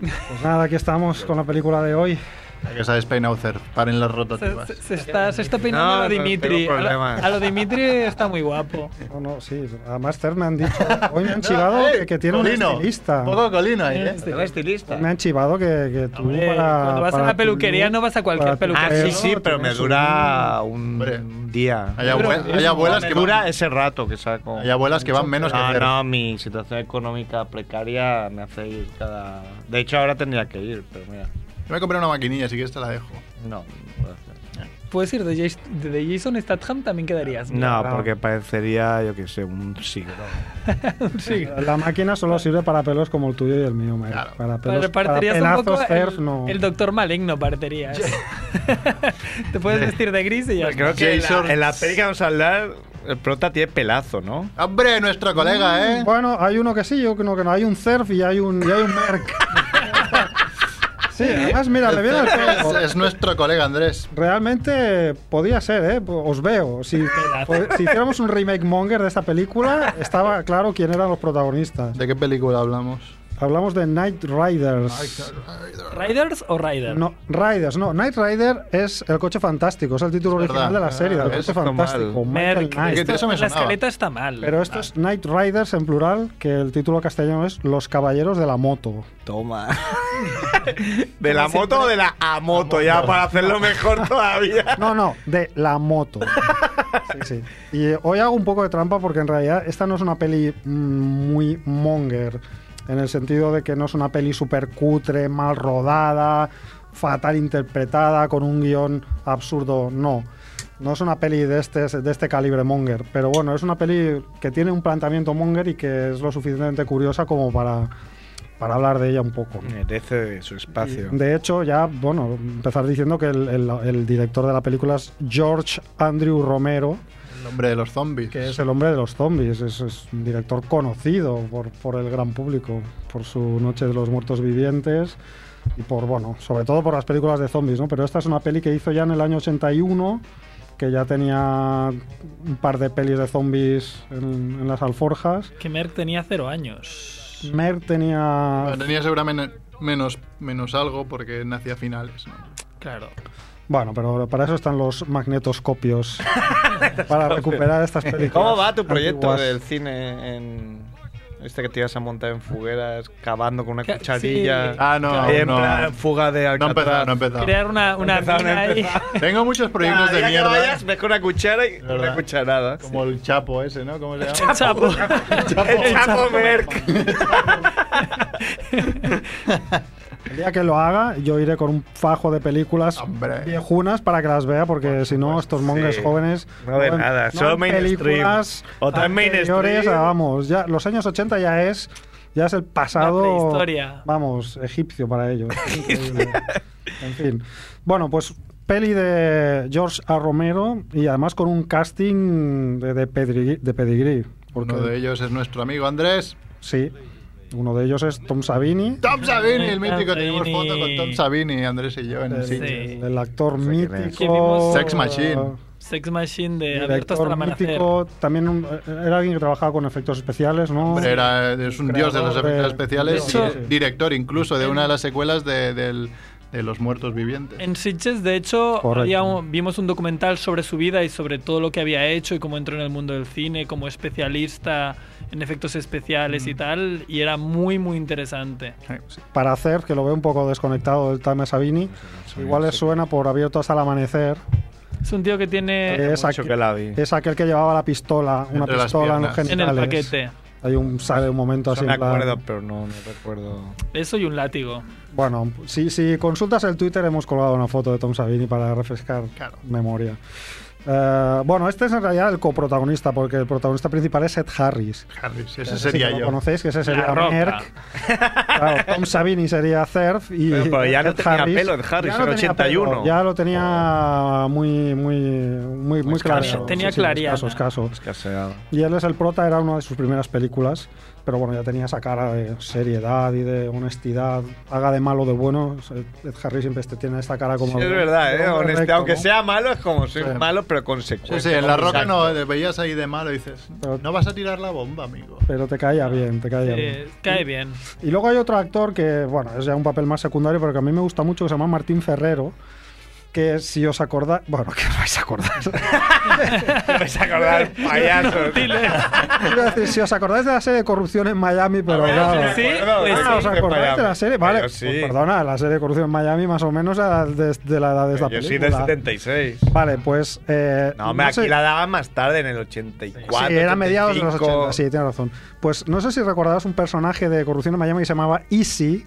Pues nada, aquí estamos con la película de hoy.
Hay que se ha despeinado Cer. Paren las rotativas.
Se, se está, se está peinando
No,
a lo
no
Dimitri.
tengo
A lo,
problemas.
a lo Dimitri está muy guapo.
No, no, sí. Además, Ter me han dicho. Hoy me han chivado
No, eh,
que, que tiene
Colino.
un estilista.
Poco
Colino
ahí, ¿eh?
Tengo estilista.
Me han chivado que, que tú
Hombre,
para.
cuando vas a
para
la peluquería
tu-
no vas a cualquier
para tu
peluquería.
pelo
Ah, sí, sí, pero me
tienes un-
dura un día.
Mm. Hay abue- hay abuelas
me
que
dura
van-
ese rato que saco.
Hay abuelas que van menos que
Ah,
hacer.
no, mi situación económica precaria me hace ir cada. De hecho, ahora tendría que ir, pero mira.
Yo me compré una maquinilla, si quieres te la dejo.
No,
Puedes ir de, Jas- de Jason Statham, también quedarías.
No, porque parecería, yo qué sé, un siglo.
Sí.
La máquina solo sirve para pelos como el tuyo y el mío, Mike. Para pelos,
Pero
para
parterías Pues un poco
pelazos, Ter,
el,
no.
el doctor maligno parterías. Te puedes vestir de gris y ya
Creo
está.
que en la- en la peli que vamos a hablar, el prota tiene pelazo, ¿no?
¡Hombre,
Mm,
nuestro colega, eh!
Bueno, hay uno que sí y uno que no. Hay un Cerf y hay un, y hay un Merc. sí, además, mira, le viene el
es,
pelo.
Este es nuestro colega Andrés.
Realmente podía ser, ¿eh? Os veo. Si, po- si hiciéramos un remake monger de esta película, estaba claro quién eran los protagonistas.
¿De qué película hablamos?
Hablamos de Night Riders.
¿Riders o Rider?
No, Riders, no. Night Rider es el coche fantástico, es el título
Es
original
verdad.
de la serie,
Ah,
el
eso
coche
está
fantástico.
mal.
Michael
Merc,
Knight.
esto- la escaleta está mal.
Pero esto es Night Riders en plural, que el título castellano es Los Caballeros de la Moto.
Toma. ¿De la moto o de la amoto? Ya, para hacerlo mejor todavía.
No, no, de la moto. Sí, sí. Y eh, hoy hago un poco de trampa porque en realidad esta no es una peli mm, muy monger, en el sentido de que no es una peli súper cutre, mal rodada, fatal interpretada, con un guión absurdo, no. No es una peli de este, de este calibre monger, pero bueno, es una peli que tiene un planteamiento monger y que es lo suficientemente curiosa como para, para hablar de ella un poco.
Merece su espacio.
De hecho, ya, bueno, empezar diciendo que el, el- el director de la película es George Andrew Romero,
El hombre de los zombies.
que es el hombre de los zombies. Es, es un director conocido por, por el gran público, por su Noche de los Muertos Vivientes y por, bueno, sobre todo por las películas de zombies, ¿no? Pero esta es una peli que hizo ya en el año 81, que ya tenía un par de pelis de zombies en, en las alforjas.
Que Merck tenía cero años.
Mer tenía...
Bueno, tenía seguramente menos, menos algo porque nacía a finales. ¿no?
Claro.
Bueno, pero para eso están los magnetoscopios. para recuperar estas películas.
¿Cómo va tu proyecto
antiguas.
del cine en este que te ibas a montar en fugueras, cavando con una
Ca-
cucharilla?
sí. Ah, no,
en
no.
plan fuga de Alcatraz.
empezado, no he empezado.
Crear Ah, una, una
Empezado, no
mina ahí.
empezado.
Tengo muchos proyectos
Cada
de
día que
mierda.
vayas, ves con una cuchara y una
¿Verdad?
cucharada.
Como el Chapo ese, ¿no? ¿Cómo se llama?
El Chapo. El Chapo Merck.
El día que lo haga, yo iré con un fajo de películas viejunas para que las vea, porque si no, estos mongues
sí.
jóvenes.
No ve
ven-
nada,
no
solo
ven
mainstream.
películas
O tan
anteriores a,
mainstream.
Vamos, ya, los años 80 ya es. Ya es el pasado.
prehistoria.
Vamos, egipcio para ellos. Increíble. en fin. Bueno, pues peli de George A. Romero y además con un casting de, de, pedigrí, de pedigrí. Porque
Uno de ellos es nuestro amigo Andrés.
Sí. Uno de ellos es Tom Savini.
Tom Savini, el
Tom
mítico. Tenemos
Savini.
foto con Tom Savini, Andrés y yo en el
El,
sitio.
el actor
Que
mítico. eh,
vimos- Sex Machine.
Sex Machine
El
de Abierto hasta el
actor
eh, amanecer.
mítico. También un- eh, era alguien que trabajaba con efectos especiales, ¿no?
Hombre, era, es un dios de los
Creador
efectos
de-
especiales,
de-
di- director incluso de una de las secuelas de, del- de Los Muertos Vivientes.
En Sitges, de hecho,
Correcto.
había un- vimos un documental sobre su vida y sobre todo lo que había hecho y cómo entró en el mundo del cine como especialista en efectos especiales
Mm.
y tal, y era muy, muy interesante.
Para hacer, que lo veo un poco desconectado del Time Savini. Igual les suena por abierto hasta el amanecer.
Es un tío que tiene...
que es, aquel, es aquel que llevaba la pistola, una
Entre las
pistola en los
piernas. En el
genitales.
paquete.
Hay un, sale un momento así.
me
en plan-
acuerdo, pero no, no recuerdo.
Eso y un látigo.
Bueno, si, si consultas el Twitter hemos colgado una foto de Tom Savini para refrescar memoria. Eh, bueno, este es en realidad el coprotagonista, porque el protagonista principal es Ed Harris.
Harris,
Ese
ese
sí
sería
que lo
yo.
conocéis, que ese
La
sería
Roca.
Merck. Claro, Tom Savini sería Cerf y
Pero- pero ya no
Ed
tenía pelo, Ed Harris,
Ya no
en
tenía
81.
pelo, ya lo
Oh.
tenía muy, muy, muy, muy claro.
Tenía
Sí, sí,
clariana.
escaso, escaso.
Escaseado.
Y él es el prota, era una de sus primeras películas, pero bueno, ya tenía esa cara de seriedad y de honestidad, haga de malo de bueno. Ed Harris siempre este- tiene esta cara como...
es
de-
verdad,
de
¿eh?
hombre
Honestidad,
recto,
aunque
¿no?
sea malo, es como soy
Sí.
malo, pero
Sí,
consecuente.
sí, en La Roca
Exacto.
no, le veías ahí de malo y dices, no vas a tirar la bomba, amigo.
Pero te caía bien, te caía bien.
Eh, cae bien.
Y luego hay otro actor que, bueno, es ya un papel más secundario, pero que a mí me gusta mucho, que se llama Martín Ferrero, que si os acordáis, bueno, que os vais a acordar. ¿eh?
vais a acordar, payasos.
Iba a decir, si os acordáis de la serie de Corrupción en Miami, pero claro.
Ah, sí, me acuerdo,
Ah,
sí,
¿os
sí, de
acordáis
Miami.
de la serie? Vale,
Pero sí.
pues perdona, la serie de Corrupción en Miami más o menos era de, de la edad de esta
Yo soy
película.
del 76.
Vale, pues... eh,
No, me
sé-
aquí la daban más tarde, en el 84.
Sí, era mediados de los
85.
80, sí, tienes razón. Pues no sé si recordarás un personaje de Corrupción en Miami que se llamaba Easy,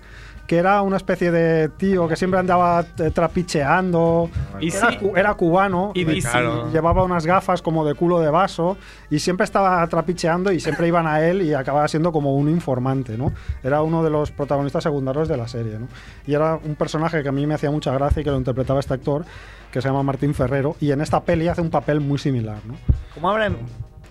que era una especie de tío que siempre andaba eh, trapicheando.
Easy.
Era, cu- era cubano.
Y Easy. Claro.
Llevaba unas gafas como de culo de vaso y siempre estaba trapicheando y siempre iban a él y acababa siendo como un informante, ¿no? Era uno de los protagonistas secundarios de la serie, ¿no? Y era un personaje que a mí me hacía mucha gracia y que lo interpretaba este actor, que se llama Martín Ferrero, y en esta peli hace un papel muy similar, ¿no?
¿Cómo habrá,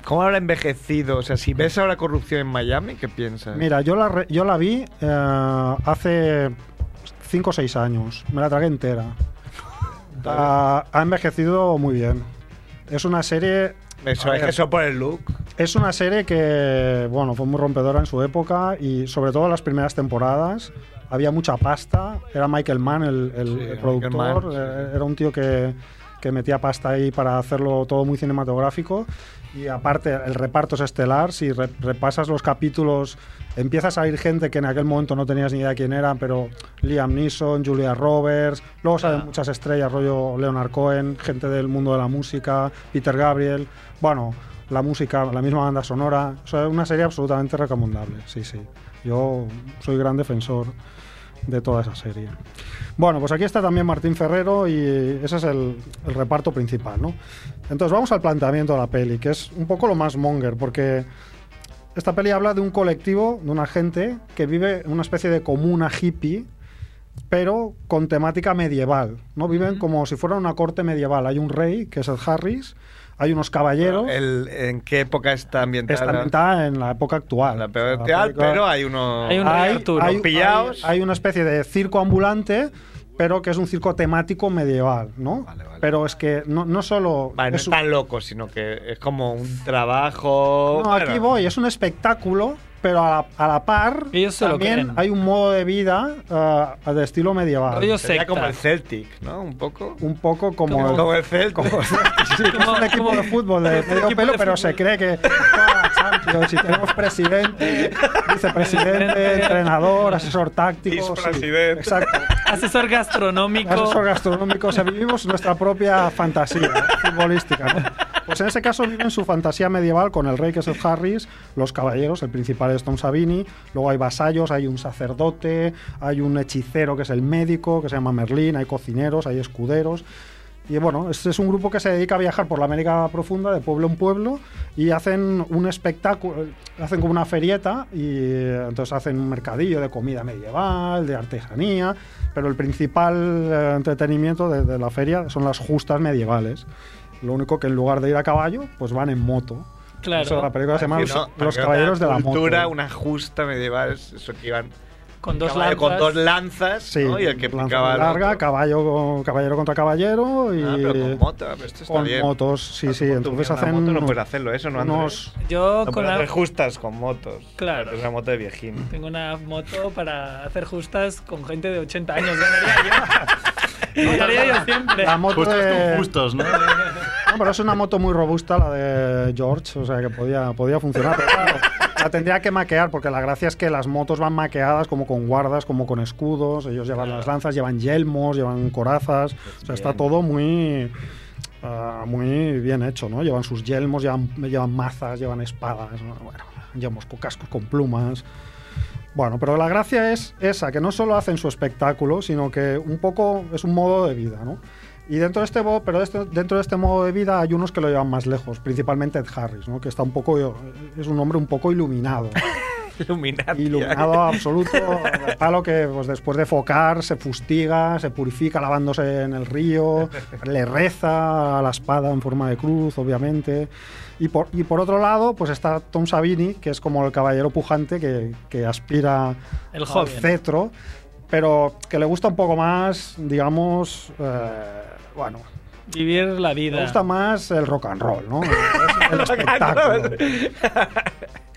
¿Cómo habrá envejecido? O sea, si ves ahora corrupción en Miami, ¿qué piensas?
Mira, yo la, re- yo la vi eh, hace 5 o 6 años. Me la tragué entera. Ah, Ha, ha envejecido muy bien. Es una serie.
eso
a
es
ver,
eso por el look.
es una serie que, bueno, fue muy rompedora en su época y sobre todo las primeras temporadas. Había mucha pasta. Era Michael Mann el, el- el productor.
Mann, sí,
eh, Era un tío que, que metía pasta ahí para hacerlo todo muy cinematográfico. Y aparte, el reparto es estelar. Si re- repasas los capítulos, empiezas a ir gente que en aquel momento no tenías ni idea quién eran, pero Liam Neeson, Julia Roberts. Luego salen muchas estrellas, rollo Leonard Cohen, gente del mundo de la música, Peter Gabriel. Bueno, la música, la misma banda sonora. O sea, es una serie absolutamente recomendable. Sí, sí. Yo soy gran defensor de toda esa serie. Bueno, pues aquí está también Martín Ferrero y ese es el, el reparto principal, ¿no? Entonces vamos al planteamiento de la peli, que es un poco lo más monger, porque esta peli habla de un colectivo, de una gente que vive en una especie de comuna hippie, pero con temática medieval, ¿no? Viven como si fuera una corte medieval. Hay un rey, que es el Harris, hay unos caballeros...
El- ¿En qué época está ambientada?
Está ambientada en la época actual. La
Pero, teatro, pero hay uno. Ah,
hay-
pillados.
hay- hay una especie de circo ambulante, pero que es un circo temático medieval, ¿no? Pero es que no, no solo...
Vale, no
es
es
un-
tan loco, sino que es como un trabajo.
no, aquí
Bueno,
voy, es un espectáculo, pero a la, a la par
se lo
también
creen.
hay un modo de vida ah, de estilo medieval.
Sería como el Celtic, ¿no? Un poco.
Un poco como,
Como,
el-
el Celtic.
Sí, es un equipo de fútbol de medio pelo, pero se cree que ah, Champions, y tenemos presidente, vicepresidente, entrenador, asesor táctico. sí,
Dispresidente.
exacto.
Asesor gastronómico.
Asesor gastronómico. O sea, vivimos nuestra propia fantasía futbolística. ¿no? Pues en ese caso viven su fantasía medieval con el rey que es el Harris, los caballeros, el principal es Tom Savini, luego hay vasallos, hay un sacerdote, hay un hechicero que es el médico, que se llama Merlín, hay cocineros, hay escuderos. Y bueno, este es un grupo que se dedica a viajar por la América profunda, de pueblo en pueblo, y hacen un espectáculo, hacen como una ferieta, y eh, entonces hacen un mercadillo de comida medieval, de artesanía, pero el principal eh, entretenimiento de, de la feria son las justas medievales. Lo único que en lugar de ir a caballo, pues van en moto.
Claro.
Eso, la película se llama
Aquí,
Los-
¿no?
Los
Aquí una
Caballeros de la
cultura,
Moto.
una justa medieval, es eso que iban
con
dos
con
lanzas.
dos lanzas,
Sí,
¿no? Y el que
lanza
picaba al
larga,
otro.
caballo, caballero contra caballero y
Ah, pero con mota, pero esto está
con
bien.
motos, sí, sí. Entonces
una
hacen
moto no
unos-
puedes hacerlo, eso no
unos-
Andrés.
Yo
no
con
puedes
la-
hacer justas con motos.
Claro.
Es una moto de viejín.
Tengo una moto para hacer justas con gente de 80 años. Ganaría yo. Ganaría yo siempre.
La moto Justas de- con justos,
¿no?
No, pero es una moto muy robusta la de George, o sea que podía, podía funcionar. Pero claro, la tendría que maquear, porque la gracia es que las motos van maqueadas como con guardas, como con escudos, ellos llevan las lanzas, llevan yelmos, llevan corazas, o sea, está todo muy... ah, muy bien hecho, ¿no? Llevan sus yelmos, llevan, llevan mazas, llevan espadas, ¿no? bueno, llevamos con cascos con plumas. Bueno, pero la gracia es esa, que no solo hacen su espectáculo, sino que un poco es un modo de vida, ¿no? Y dentro de este, mo- pero este- dentro de este modo de vida hay unos que lo llevan más lejos, principalmente Ed Harris, ¿no? Que está un poco, es un hombre un poco iluminado.
Iluminado.
Iluminado absoluto, al palo que pues, después de focar se fustiga, se purifica lavándose en el río, le reza a la espada en forma de cruz, obviamente. Y por, y por otro lado, pues está Tom Savini, que es como el caballero pujante que, que aspira
El
al
joven.
cetro, pero que le gusta un poco más, digamos, eh, bueno,
Vivir la vida.
me gusta más el rock and roll, ¿no? Es el espectáculo.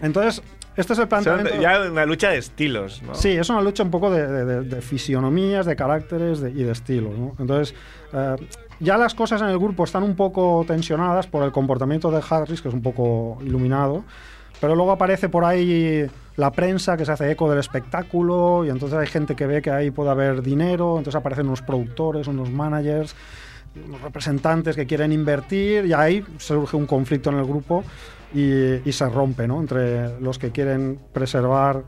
Entonces, este es el planteamiento.
Son ya una lucha de estilos, ¿no?
Sí, es una lucha un poco de, de- de- de fisionomías, de caracteres de- y de estilos. ¿no? Entonces, eh, ya las cosas en el grupo están un poco tensionadas por el comportamiento de Harris, que es un poco iluminado. Pero luego aparece por ahí la prensa que se hace eco del espectáculo y entonces hay gente que ve que ahí puede haber dinero, entonces aparecen unos productores, unos managers, unos representantes que quieren invertir y ahí surge un conflicto en el grupo y, y se rompe, ¿no? Entre los que quieren preservar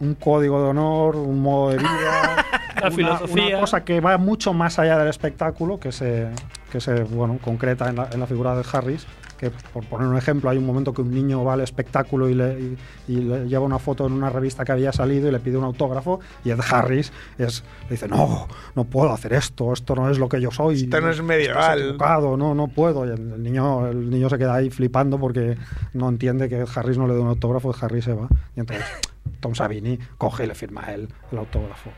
un código de honor, un modo de vida,
La
una-
filosofía.
una cosa que va mucho más allá del espectáculo, que se, que se bueno, concreta en la, en la figura de Harris, que por poner un ejemplo, hay un momento que un niño va al espectáculo y le, y- y le lleva una foto en una revista que había salido y le pide un autógrafo, y Ed Harris es, le dice, no, no puedo hacer esto, esto no es lo que yo soy.
Esto no es
estás
medieval".
equivocado, no, no puedo. Y el, el niño, el niño se queda ahí flipando porque no entiende que Ed Harris no le da un autógrafo, Ed Harris se va. Y entonces Tom Savini coge y le firma a él el autógrafo.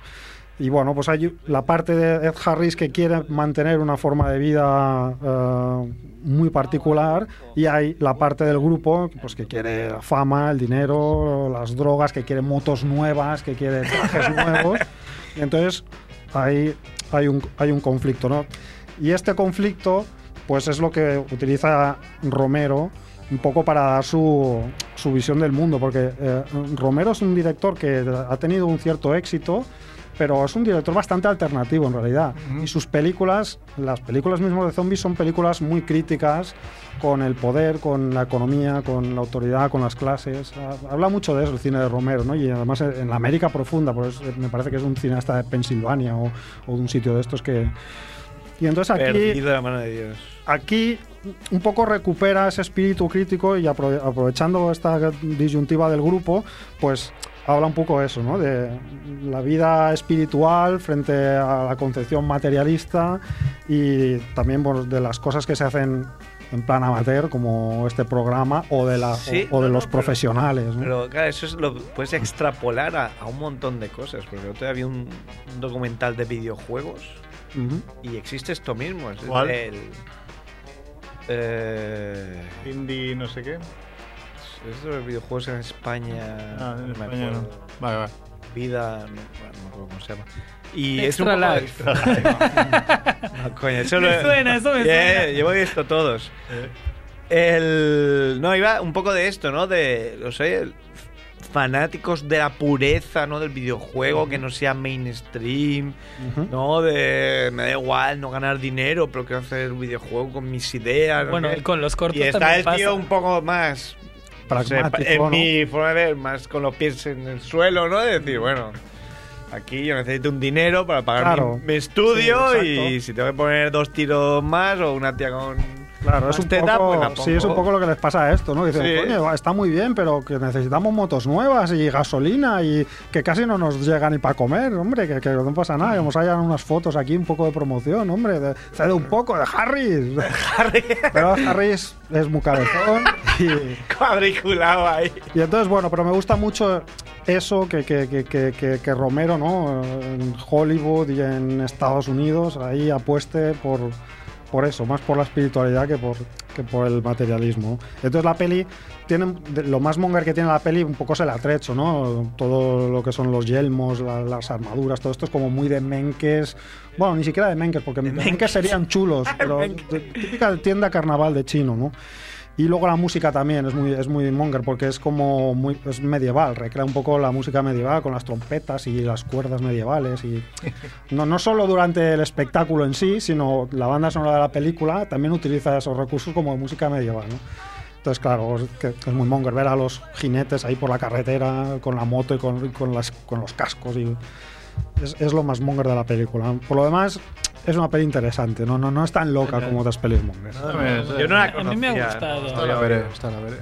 Y bueno, pues hay la parte de Ed Harris que quiere mantener una forma de vida eh, muy particular y hay la parte del grupo pues que quiere la fama, el dinero, las drogas, que quiere motos nuevas, que quiere trajes nuevos. Y entonces ahí hay un, hay un conflicto, ¿no? Y este conflicto pues es lo que utiliza Romero un poco para dar su, su visión del mundo, porque eh, Romero es un director que ha tenido un cierto éxito, pero es un director bastante alternativo en realidad. Y sus películas, las películas mismas de zombies son películas muy críticas con el poder, con la economía, con la autoridad, con las clases. Ha- Habla mucho de eso el cine de Romero, ¿no? Y además eh, en la América profunda, pues eh, me parece que es un cineasta de Pensilvania o, o de un sitio de estos que... Y entonces aquí
Perdido de la mano de Dios.
aquí un poco recupera ese espíritu crítico y apro- aprovechando esta disyuntiva del grupo, pues habla un poco eso, ¿no? De la vida espiritual frente a la concepción materialista y también bueno, de las cosas que se hacen en plan amateur, como este programa, o de, la, o-
Sí,
o,
no, no,
de los
pero-
profesionales. ¿no?
Pero claro, eso es lo puedes extrapolar a, a un montón de cosas. Porque yo todavía vi un, un documental de videojuegos
Ujú.
y existe esto mismo. Es
¿Cuál?
el. eh,
Indie no sé qué.
es de los videojuegos en España.
Ah, en
me
España
acuerdo.
no. Vale, vale.
Vida. No, bueno, no me acuerdo cómo se llama. Y
Extra
es un poco- No, coño, eso
Me
lo-
suena, eso me
Eh,
suena.
Llevo esto todos.
Eh.
El, no, iba un poco de esto, ¿no? De los eh, fanáticos de la pureza, ¿no? Del videojuego, que no sea mainstream, ¿no? De me da igual no ganar dinero, pero quiero hacer un videojuego con mis ideas. ¿no?
Bueno,
Que-
con los cortos
Y está
también
el tío
pasa.
un poco más... no sé,
Pragmático,
en
¿no?
mi forma de ver, más con los pies en el suelo, ¿no? De decir, bueno, aquí yo necesito un dinero para pagar mi-
Claro.
mi, estudio
Sí, exacto.
y si tengo que poner dos tiros más o una tía con...
Claro, es
más
un,
teta,
poco,
pues la
sí, es un
pongo.
poco lo que les pasa a esto, ¿no? Dicen,
Sí.
"Coño, está muy bien, pero que necesitamos motos nuevas y gasolina y que casi no nos llega ni para comer, hombre, que, que no pasa nada, que nos hayan unas fotos aquí, un poco de promoción, hombre, de, cede un poco de Harris. pero Harris es muy cabezón Y-
Cuadriculado ahí.
Y entonces, bueno, pero me gusta mucho eso que, que- que- que- que- que Romero, ¿no? En Hollywood y en Estados Unidos, ahí apueste por, por eso, más por la espiritualidad que por, que por el materialismo. Entonces la peli tiene, de- lo más monger que tiene la peli un poco es el atrecho, ¿no? Todo lo que son los yelmos, la- las armaduras, todo esto es como muy de menkes. Bueno, ni siquiera de menkes, porque menkes serían chulos, pero de- típica tienda carnaval de chino, ¿no? Y luego la música también es muy, es muy monger porque es como muy es medieval, recrea un poco la música medieval con las trompetas y las cuerdas medievales. y No, no solo durante el espectáculo en sí, sino la banda sonora de la película también utiliza esos recursos como de música medieval. ¿no? Entonces, claro, es, que es muy monger ver a los jinetes ahí por la carretera con la moto y con, y con las, con los cascos. y es, es lo más monger de la película. Por lo demás, es una peli interesante, no, no, no es tan loca como otras pelis mongers.
Yo no la
A mí me ha
conocía.
gustado.
Hasta
la veré,
hasta la veré.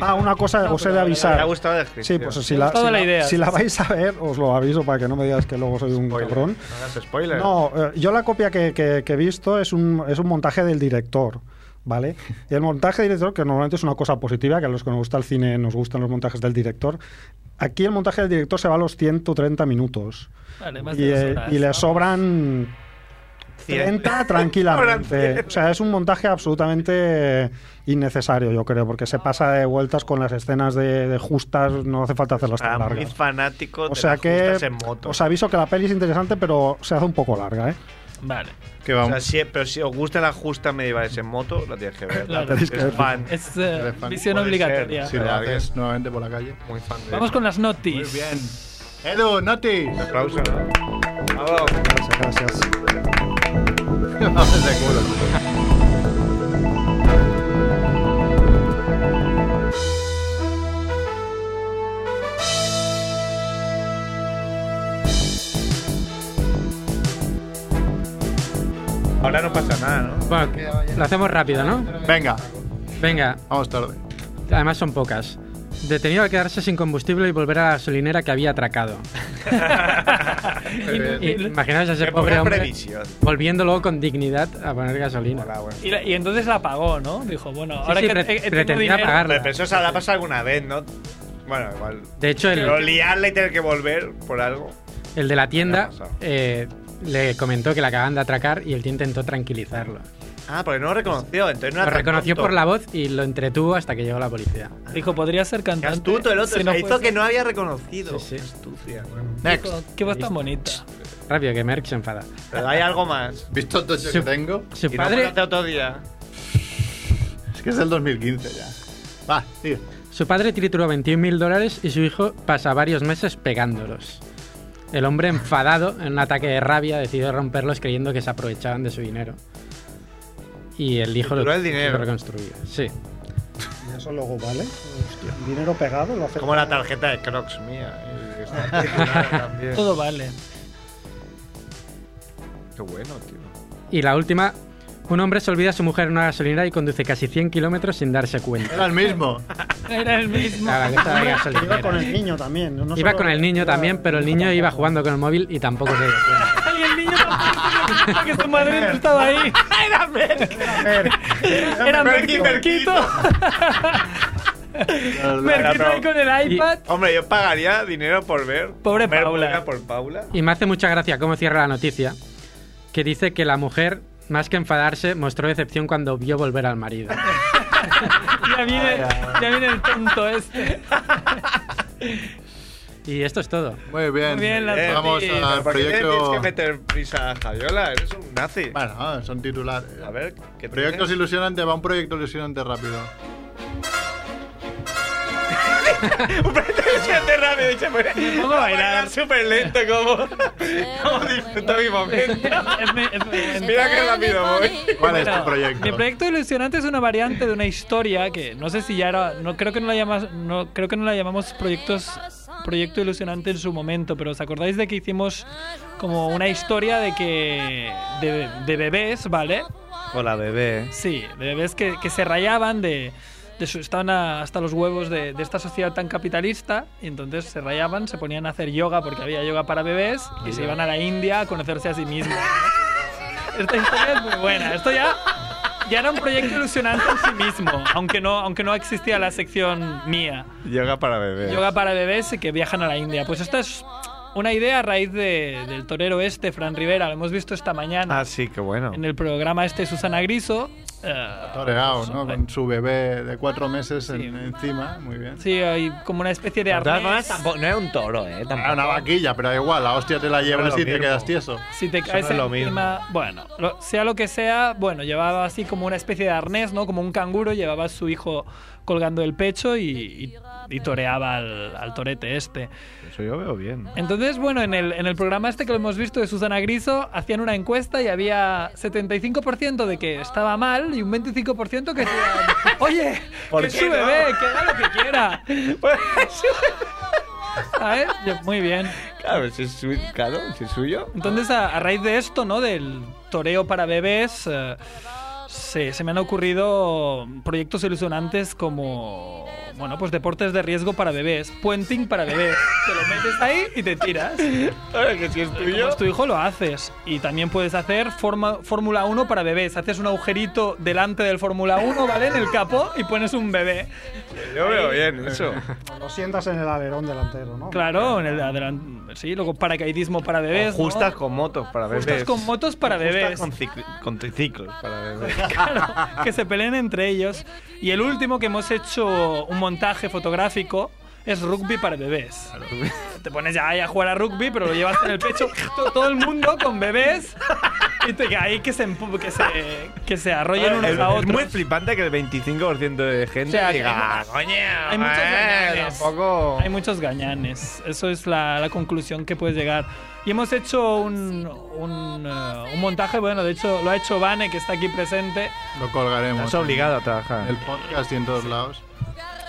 Ah, una cosa os he de avisar.
Me ha gustado la descripción.
Sí, pues
Me
si
ha
la,
gustado
si
la
la-
idea.
si la vais a ver, os lo aviso para que no me digas que luego soy un cabrón.
No hagas spoiler.
No, eh, yo la copia que, que- que he visto es un, es un montaje del director. ¿Vale? Y el montaje del director, que normalmente es una cosa positiva, que a los que nos gusta el cine nos gustan los montajes del director. Aquí el montaje del director se va a los 130 minutos.
Vale, más
y,
de dos
eh,
horas.
y le sobran 30 tranquilamente. O sea, es un montaje absolutamente innecesario, yo creo, porque se pasa de vueltas con las escenas de, de justas, no hace falta hacerlas tan
Ah, muy
largas.
fanático de
O sea
las
que
justas en moto.
os aviso que la peli es interesante, pero se hace un poco larga, ¿eh?
Vale.
Que vamos.
O sea, si, pero si os gusta la justa medievales en moto, la tienes que ver.
Claro.
La
Tenéis que ver.
fan.
Es, eh,
Eres fan.
visión
Puede ser.
obligatoria.
Si lo haces nuevamente por la calle.
Muy fan de
Vamos con las notis.
Muy bien. Edu, Noti.
aplauso,
Muchas gracias.
Vamos de culo.
Ahora no pasa nada, ¿no?
Bueno, lo hacemos rápido, ¿no?
Venga.
Venga.
Vamos tarde.
Además son pocas. Detenido al quedarse sin combustible y volver a la gasolinera que había atracado.
bien.
Imaginaos a ese
Qué
pobre
poca
hombre
previsión.
volviéndolo con dignidad a poner gasolina.
Y, la- y entonces la pagó, ¿no? Dijo, bueno,
Sí,
ahora
sí,
que
pre-
he- he- tengo
pretendía
dinero-
pagarla.
Pero eso se la pasa alguna vez, ¿no? Bueno, igual.
De hecho, el-
Pero liarla y tener que volver por algo.
El de la
Ya ha
tienda
pasado.
eh, le comentó que la acababan de atracar y el tío intentó tranquilizarlo.
Ah, porque no lo reconoció. Entonces no
Lo
era tan
reconoció
tonto.
por la voz y lo entretuvo hasta que llegó la policía.
Dijo, podría ser cantante.
Astuto el otro.
si
o sea, hizo
fuese-
que no había reconocido.
Sí, sí.
Astucia,
Dijo, Qué voz tan bonita.
Rápido, que Merck se enfada.
Pero hay algo más.
¿Visto todo eso que
Su-
tengo?
su
Y no
padre-
conoce
otro día.
Es que es del 2015 ya. Va, sigue.
Su padre trituró 21.000 dólares y su hijo pasa varios meses pegándolos. El hombre enfadado, en un ataque de rabia, decidió romperlos creyendo que se aprovechaban de su dinero. Y el hijo lo,
Trituró el dinero.
lo reconstruyó. Sí.
Y eso luego vale. Dinero pegado lo hace.
Como la tarjeta de Crocs mía. eh, y está titulada también.
Todo vale.
Qué bueno, tío.
Y la última, un hombre se olvida a su mujer en una gasolinera y conduce casi 100 kilómetros sin darse cuenta.
Era el mismo.
Era el mismo.
Claro, que estaba de
Hombre,
gasolinera.
Iba con el niño también. no
Iba
solo-
con el niño también, pero el niño iba jugando con el móvil y tampoco se dio cuenta.
Y el niño tampoco que su madre no estaba ahí.
Era Merck.
Era Merck y Merquito. Merquito ahí con el iPad.
Hombre, yo pagaría dinero por ver.
Pobre
ver
Paula.
Merck Por Paula.
Y me hace mucha gracia cómo cierra la noticia, que dice que la mujer, más que enfadarse, mostró decepción cuando vio volver al marido.
Ya viene, ya viene el tonto este.
Y esto es todo.
Muy bien.
Muy bien, las
Eh,
Vamos
tío,
al
¿por qué le
proyecto.
Tienes que meter prisa a Javiola, eres un nazi.
Bueno, ah, son titulares.
A ver, ¿qué
Proyectos
tienes?
ilusionantes, va un proyecto ilusionante rápido.
Espérate rápido, y se pone-
Me pongo a bailar.
súper lento, como. como disfruto mi momento. Mira qué rápido voy.
¿Cuál es
Bueno,
tu proyecto?
Mi proyecto ilusionante es una variante de una historia que no sé si ya era, no creo que no la llamas, no creo que no la llamamos proyectos proyecto ilusionante en su momento, pero os acordáis de que hicimos como una historia de que de, de bebés, ¿vale?
Hola, bebé.
Sí, de bebés que, que se rayaban de, de su, estaban a- hasta los huevos de, de esta sociedad tan capitalista y entonces se rayaban, se ponían a hacer yoga porque había yoga para bebés y se iban a la India a conocerse a sí mismos. Esta historia es muy buena. Esto ya ya era un proyecto ilusionante en sí mismo, aunque no, aunque no existía la sección mía.
Yoga para beber.
Yoga para bebés que viajan a la India. Pues esta es una idea a raíz de- del torero este, Fran Rivera. Lo hemos visto esta mañana
Ah, sí, qué bueno.
en el programa este Susana Griso. Eh,
Toreado, ¿no? Con su bebé de cuatro meses en- encima. Muy bien.
Ah, sí, hay como una especie de
De todas
arnés.
formas,
no es un toro, ¿eh?
Era Ah, una vaquilla, pero da igual, la hostia te la llevas
es
y
lo
te
mismo.
quedas tieso.
Si te caes
en
encima, bueno, lo- sea lo que sea, bueno, llevaba así como una especie de arnés, ¿no? Como un canguro, llevaba a su hijo colgando del pecho y, y- y toreaba al, al torete este.
Eso yo veo bien.
Entonces, bueno, en el, en el programa este que lo hemos visto de Susana Griso, hacían una encuesta y había 75% de que estaba mal y un 25% que decían, oye,
¿Por
que es
qué
su
no?" Pues,
bebé, que haga lo que quiera. ¿Sabes? Yo- Muy bien.
Claro, si es, su- claro, si es suyo.
Entonces, a, a raíz de esto, ¿no? Del toreo para bebés, eh, se, se me han ocurrido proyectos ilusionantes como, bueno, pues deportes de riesgo para bebés, puenting para bebés. Te lo metes ahí y te tiras.
que si es
Como es tu hijo, lo haces. Y también puedes hacer forma- Fórmula 1 para bebés. Haces un agujerito delante del Fórmula 1, ¿vale? En el capó y pones un bebé.
Yo veo bien eso.
Lo sientas en el alerón delantero, ¿no?
Claro, en el adelan- sí, luego paracaidismo para bebés. ¿no?
Justas con motos para bebés.
Justas con motos para
Justas
bebés.
Con, cicl- con triciclos para bebés.
Claro, que se peleen entre ellos. Y el último que hemos hecho un montaje fotográfico es rugby para bebés. Te pones ya ahí a jugar a rugby, pero lo llevas en el pecho to- todo el mundo con bebés y te ahí que se, empu- que se, que se arrollen unos
es,
a
Eh, es muy
otros.
flipante que el 25% de gente
sea, que
diga, "Ah,
hay-
coño,
Hay muchos
eh,
gañanes. Hay muchos gañanes. Eso es la, la conclusión que puedes llegar. Y hemos hecho un, un, eh, un montaje, bueno, de hecho lo ha hecho Vane, que está aquí presente.
Lo colgaremos.
Estás obligado a trabajar.
El podcast y en todos lados.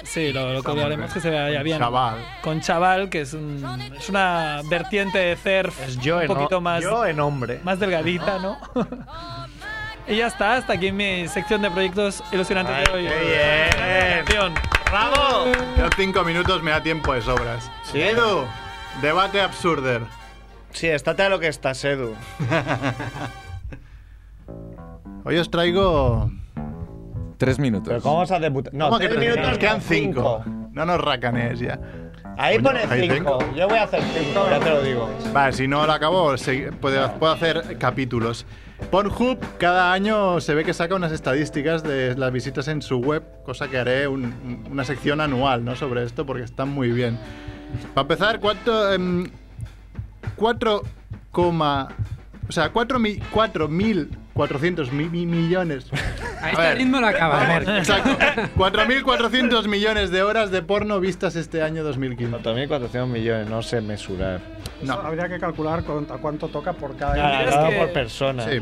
Sí, lo, lo colgaremos que se vea
Con
bien.
Chaval.
Con chaval, que es, un- es una vertiente de surf
Pues Yo
un
en,
poquito más,
yo en hombre.
más delgadita, ¿no? y ya está, hasta aquí mi sección de proyectos ilusionantes de hoy.
¡Bravo! Ya cinco minutos me da tiempo de sobras.
Sí.
Edu, debate absurder.
Sí, estate a lo que estás, Edu.
Hoy os traigo.
Tres minutos.
Pero ¿cómo vas a debutar? No,
¿Cómo que
tres
tres
minutos
Quedan cinco. No nos racanees ya.
Ahí
Coño,
pone
ahí
5. Yo voy a hacer 5, ya te lo digo.
Vale, si no lo acabo, se- puede- puedo hacer capítulos. Pornhub cada año se ve que saca unas estadísticas de las visitas en su web, cosa que haré un- un- una sección anual ¿no? sobre esto porque están muy bien. Para empezar, ¿cuánto, em, 4, o sea, 4 mi- 4.400 mi- mi- millones.
A este ritmo lo acabas.
A ver, exacto. 4.400 millones de horas de porno vistas este año 2015.
4.400 millones, no sé mesurar.
No.
Habría que calcular cuánto- a cuánto toca por
Cada
cada.
cada por persona.
Sí.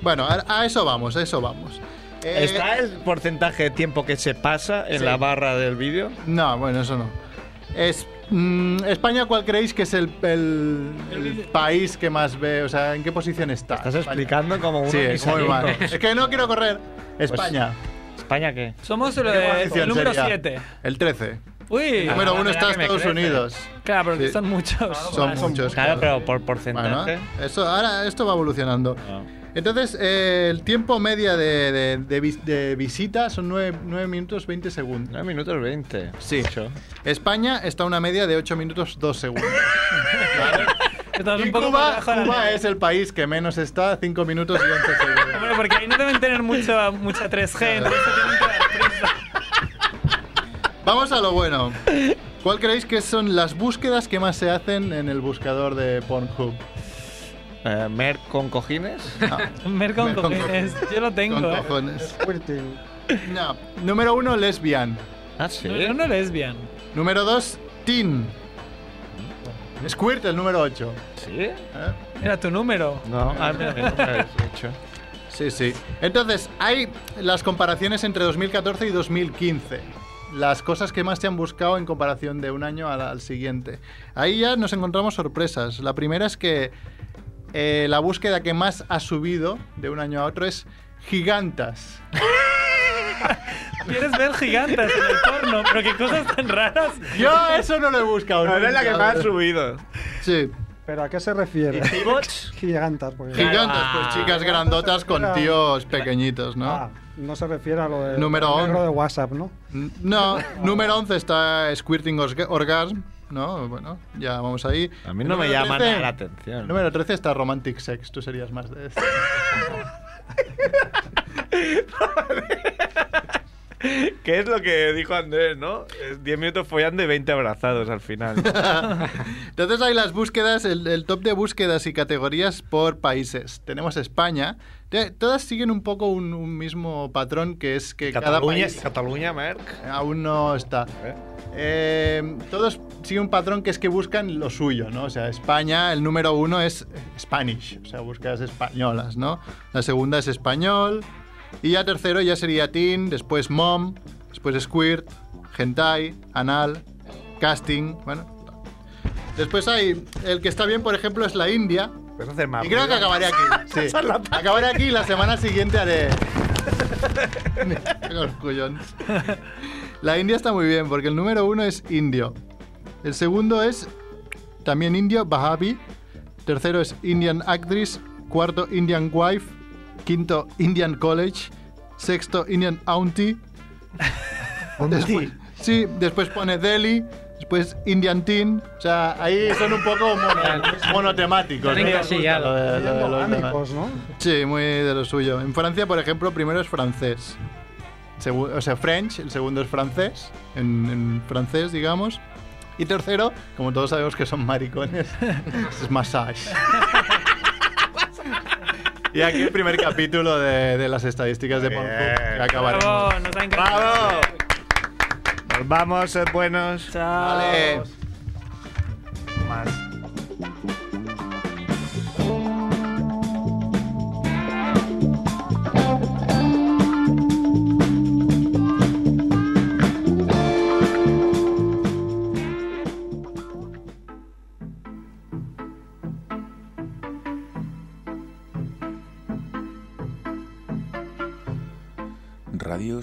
Bueno, a, a eso vamos, a eso vamos. Eh,
¿Está el porcentaje de tiempo que se pasa en
Sí.
la barra del vídeo?
No, bueno, eso no. Es, mm, ¿España cuál creéis que es el, el- el país que más ve? O sea, ¿en qué posición está? Estás
explicando como uno Pues
Sí,
de
es
mis
muy mal.
alumnos.
Es que no quiero correr. España.
¿España qué?
Somos el,
¿Qué posición
el número
sería?
7.
El 13.
Uy.
El número uno está
Mira que me
Estados
crece.
Unidos.
Claro, pero que
Sí.
son muchos.
Son muchos.
Claro, pero por porcentaje.
Bueno, eso, ahora esto va evolucionando.
Ah.
Entonces, eh, el tiempo media de, de, de vis- de visita son 9, minutos 20 segundos.
9 minutos 20.
Sí. España está a una media de 8 minutos 2 segundos.
Estás
Y
un poco por
Cuba,
debajo de la
Cuba
media.
es el país que menos está, 5 minutos y 11 segundos.
Hombre, porque ahí no deben tener mucha, mucha 3G, entonces se tienen que dar prisa.
Vamos a lo bueno. ¿Cuál creéis que son las búsquedas que más se hacen en el buscador de Pornhub?
Eh, ¿Mer con cojines?
Mer con
Mer con
cojines. Yo lo tengo,
Con
¿eh?
cojones. No. Número uno, lesbian.
Ah, sí.
Número uno, lesbian.
Número dos, teen. Squirt, el número ¿Eh? 8.
¿Sí?
Era tu número.
No, ah, mira, que nunca lo he hecho.
Sí, sí. Entonces, hay las comparaciones entre 2014 y 2015. Las cosas que más se han buscado en comparación de un año al, al siguiente. Ahí ya nos encontramos sorpresas. La primera es que eh, la búsqueda que más ha subido de un año a otro es gigantas.
Quieres ver gigantes en el porno, pero qué cosas tan raras.
Yo eso no lo he buscado.
Ahora es la
nunca.
que más ha subido.
Sí.
¿Pero a qué se refiere?
¿Y pivots?
Gigantas. Porque...
Gigantes,
Ah.
pues chicas grandotas con
Ah.
tíos pequeñitos, ¿no?
Ah, no se refiere a lo de
Número
negro
on-
de WhatsApp, ¿no?
No, número 11 está Squirting Org- Orgasm. No, bueno, ya vamos ahí.
A mí no me
Número
llama
13.
nada la atención.
Número 13 está Romantic Sex. Tú serías más de este.
¿Qué es lo que dijo Andrés, no? Es 10 minutos follando y 20 abrazados al final.
Entonces hay las búsquedas, el, el top de búsquedas y categorías por países. Tenemos España. Te- Todas siguen un poco un, un mismo patrón que es que cada
Cataluña,
país...
Cataluña, Merck.
Eh, Aún no está. Eh, todos siguen un patrón que es que buscan lo suyo, ¿no? O sea, España, el número uno es eh, Spanish, o sea, búsquedas españolas, ¿no? La segunda es español. Y ya tercero ya sería teen, después mom, después squirt, hentai, anal, casting, bueno. Después hay, el que está bien, por ejemplo, es la India. Y creo que acabaré aquí. sí. Acabaré aquí y la semana siguiente haré... Me cago en el collón. La India está muy bien porque el número uno es indio. El segundo es también indio, Bahabi. Tercero es Indian Actress. Cuarto, Indian Wife. Quinto, Indian College. Sexto, Indian Auntie. Después- sí, después pone Delhi. Después Indian Teen. O sea, ahí son un poco mono- monotemáticos. ¿no? Lo de- lo de los demás.
Amigos, ¿no?
Sí, muy de lo suyo. En Francia, por ejemplo, primero es francés. Segu- o sea, French, el segundo es francés, en, en francés, digamos. Y tercero, como todos sabemos que son maricones, es massage. y aquí el primer capítulo de, de las estadísticas de Pornhub que acabaremos.
Bravo, nos ha encantado.
Nos vamos, sed buenos.
Chao.
Vale.
Más.
Ràdio